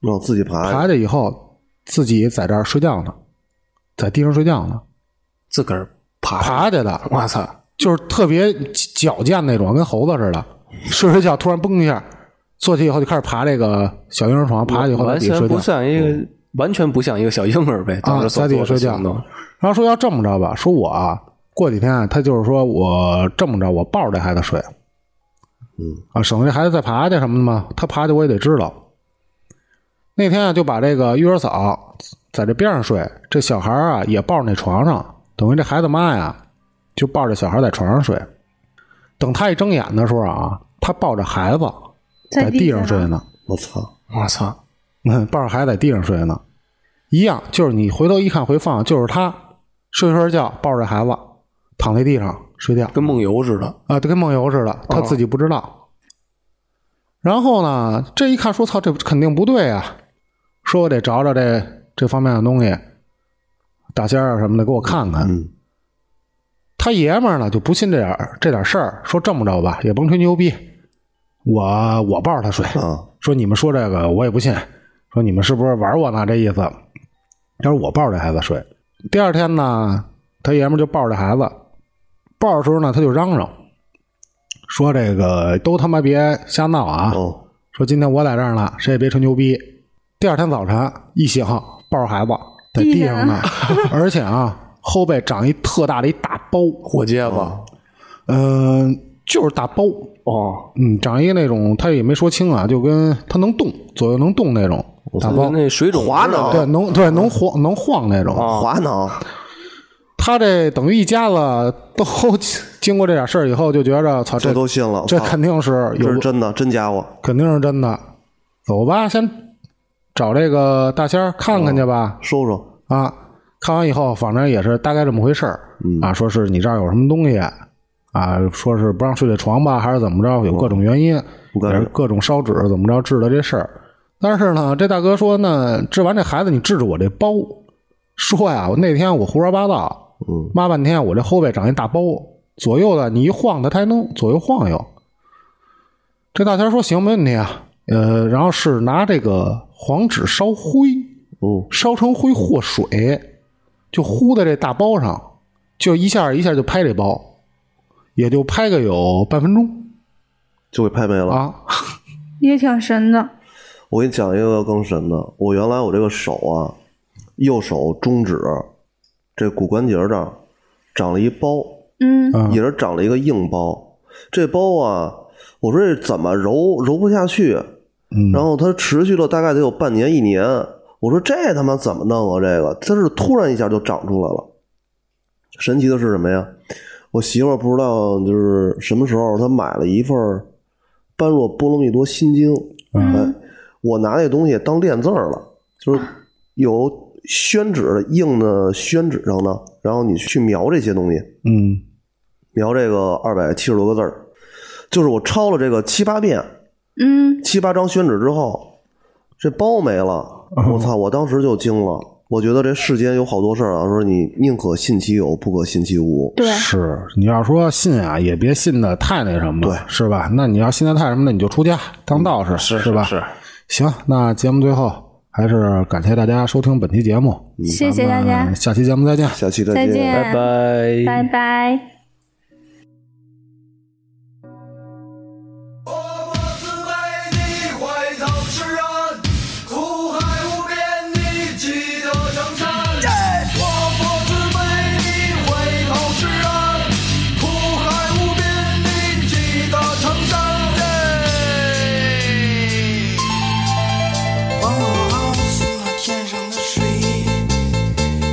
哦，自己哎爬。爬着以后自己在这儿睡觉呢，在地上睡觉呢，自个儿爬爬着的，我操！就是特别矫健那种，跟猴子似的，嗯睡睡觉突然嘣一下坐起以后就开始爬这个小婴儿床，爬起以后在完底下全睡觉不。像一个，完全不像一个小婴儿呗。嗯当啊，时所在做底的下睡觉行动，。然后说要这么着吧，说我啊，过几天啊，他就是说我这么着，我抱着这孩子睡，嗯啊，省得这孩子再爬去什么的嘛，他爬去我也得知道。那天啊，就把这个育儿嫂在这边上睡，这小孩啊也抱着那床上，等于这孩子妈呀就抱着小孩在床上睡。等他一睁眼的时候啊，他抱着孩子在在地地上上睡呢，我操！我操！ <laughs> 嗯，抱着孩子在地上睡呢，一样，就是你回头一看回放，就是他睡睡觉，抱着孩子躺在地上睡觉，跟梦游似的。啊，就跟梦游似的，他自己不知道。然后呢，这一看说操，这肯定不对啊，说我得找找这这方面的东西，大仙儿啊什么的给我看看。嗯，他爷们儿呢就不信这点儿这点儿事儿，说这么着吧，也甭吹牛逼，我我抱着他睡。啊，说你们说这个我也不信，说你们是不是玩我呢？这意思。要是我抱着这孩子睡，第二天呢，他爷们儿就抱着这孩子，抱的时候呢，他就嚷嚷，说这个都他妈别瞎闹啊，哦，说今天我在这儿呢，谁也别吹牛逼。第二天早晨一醒，抱着孩子在地上呢， <laughs> 而且啊后背长一特大的一大包，火结巴嗯、就是大包，哦，嗯，长一个那种，他也没说清啊，就跟它能动，左右能动那种大包，那水肿滑脑，啊对，能对能晃能晃那种。啊，滑脑，他这等于一家子都经过这点事儿以后，就觉着操，这这都信了。这操肯定是这有是真的，真家伙。肯定是真的。走吧，先找这个大仙儿看哦看去吧。收收，啊，看完以后，反正也是大概这么回事儿嗯啊，说是你这儿有什么东西啊，说是不让睡这床吧，还是怎么着，有各种原因，不干也是扰各种烧纸怎么着治的这事儿。但是呢，这大哥说呢，治完这孩子，你治治我这包。说呀，我那天我胡说八道，嗯，骂半天，我这后背长一大包，左右的你一晃它，它还能左右晃悠。这大仙儿说行，没问题啊。呃，然后是拿这个黄纸烧灰，哦，烧成灰和水，就糊在这大包上，就一下一下就拍这包，也就拍个有半分钟，就给拍没了啊！也挺神的。我给你讲一个更神的，我原来我这个手啊，右手中指这骨关节这儿长了一包，嗯也是长了一个硬包。这包啊，我说这怎么揉揉不下去，然后它持续了大概得有半年一年。我说这他妈怎么弄啊？这个它是突然一下就长出来了。神奇的是什么呀？我媳妇儿不知道就是什么时候，她买了一份儿般若波罗蜜多心经，哎，嗯我拿那东西当练字儿了，就是有宣纸的硬的宣纸上呢，然后你去描这些东西，嗯，描这个二百七十多个字儿，就是我抄了这个七八遍，嗯，七八张宣纸之后，这包没了，我操！我当时就惊了，我觉得这世间有好多事儿啊，说你宁可信其有，不可信其无。对，是你要说信啊，也别信的太那什么，对，是吧？那你要信的太什么了，你就出家当道士，是吧？是。行，那节目最后还是感谢大家收听本期节目，谢谢大家咱们下期节目再见，下期再见，拜拜拜。怀草是岸，苦海无边，你记得江山。我佛慈悲，你回头是岸，苦海无边，你记得江山。王老奥司马天上的水，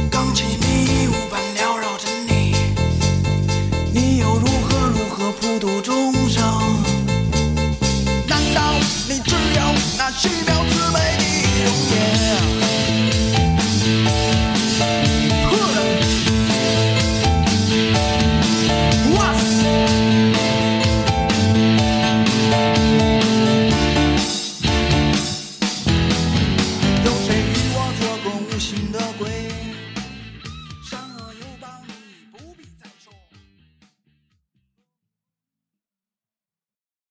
钢起迷雾般缭绕着你，你又如何如何普度众生？难道你只有那虚渺之美的容颜？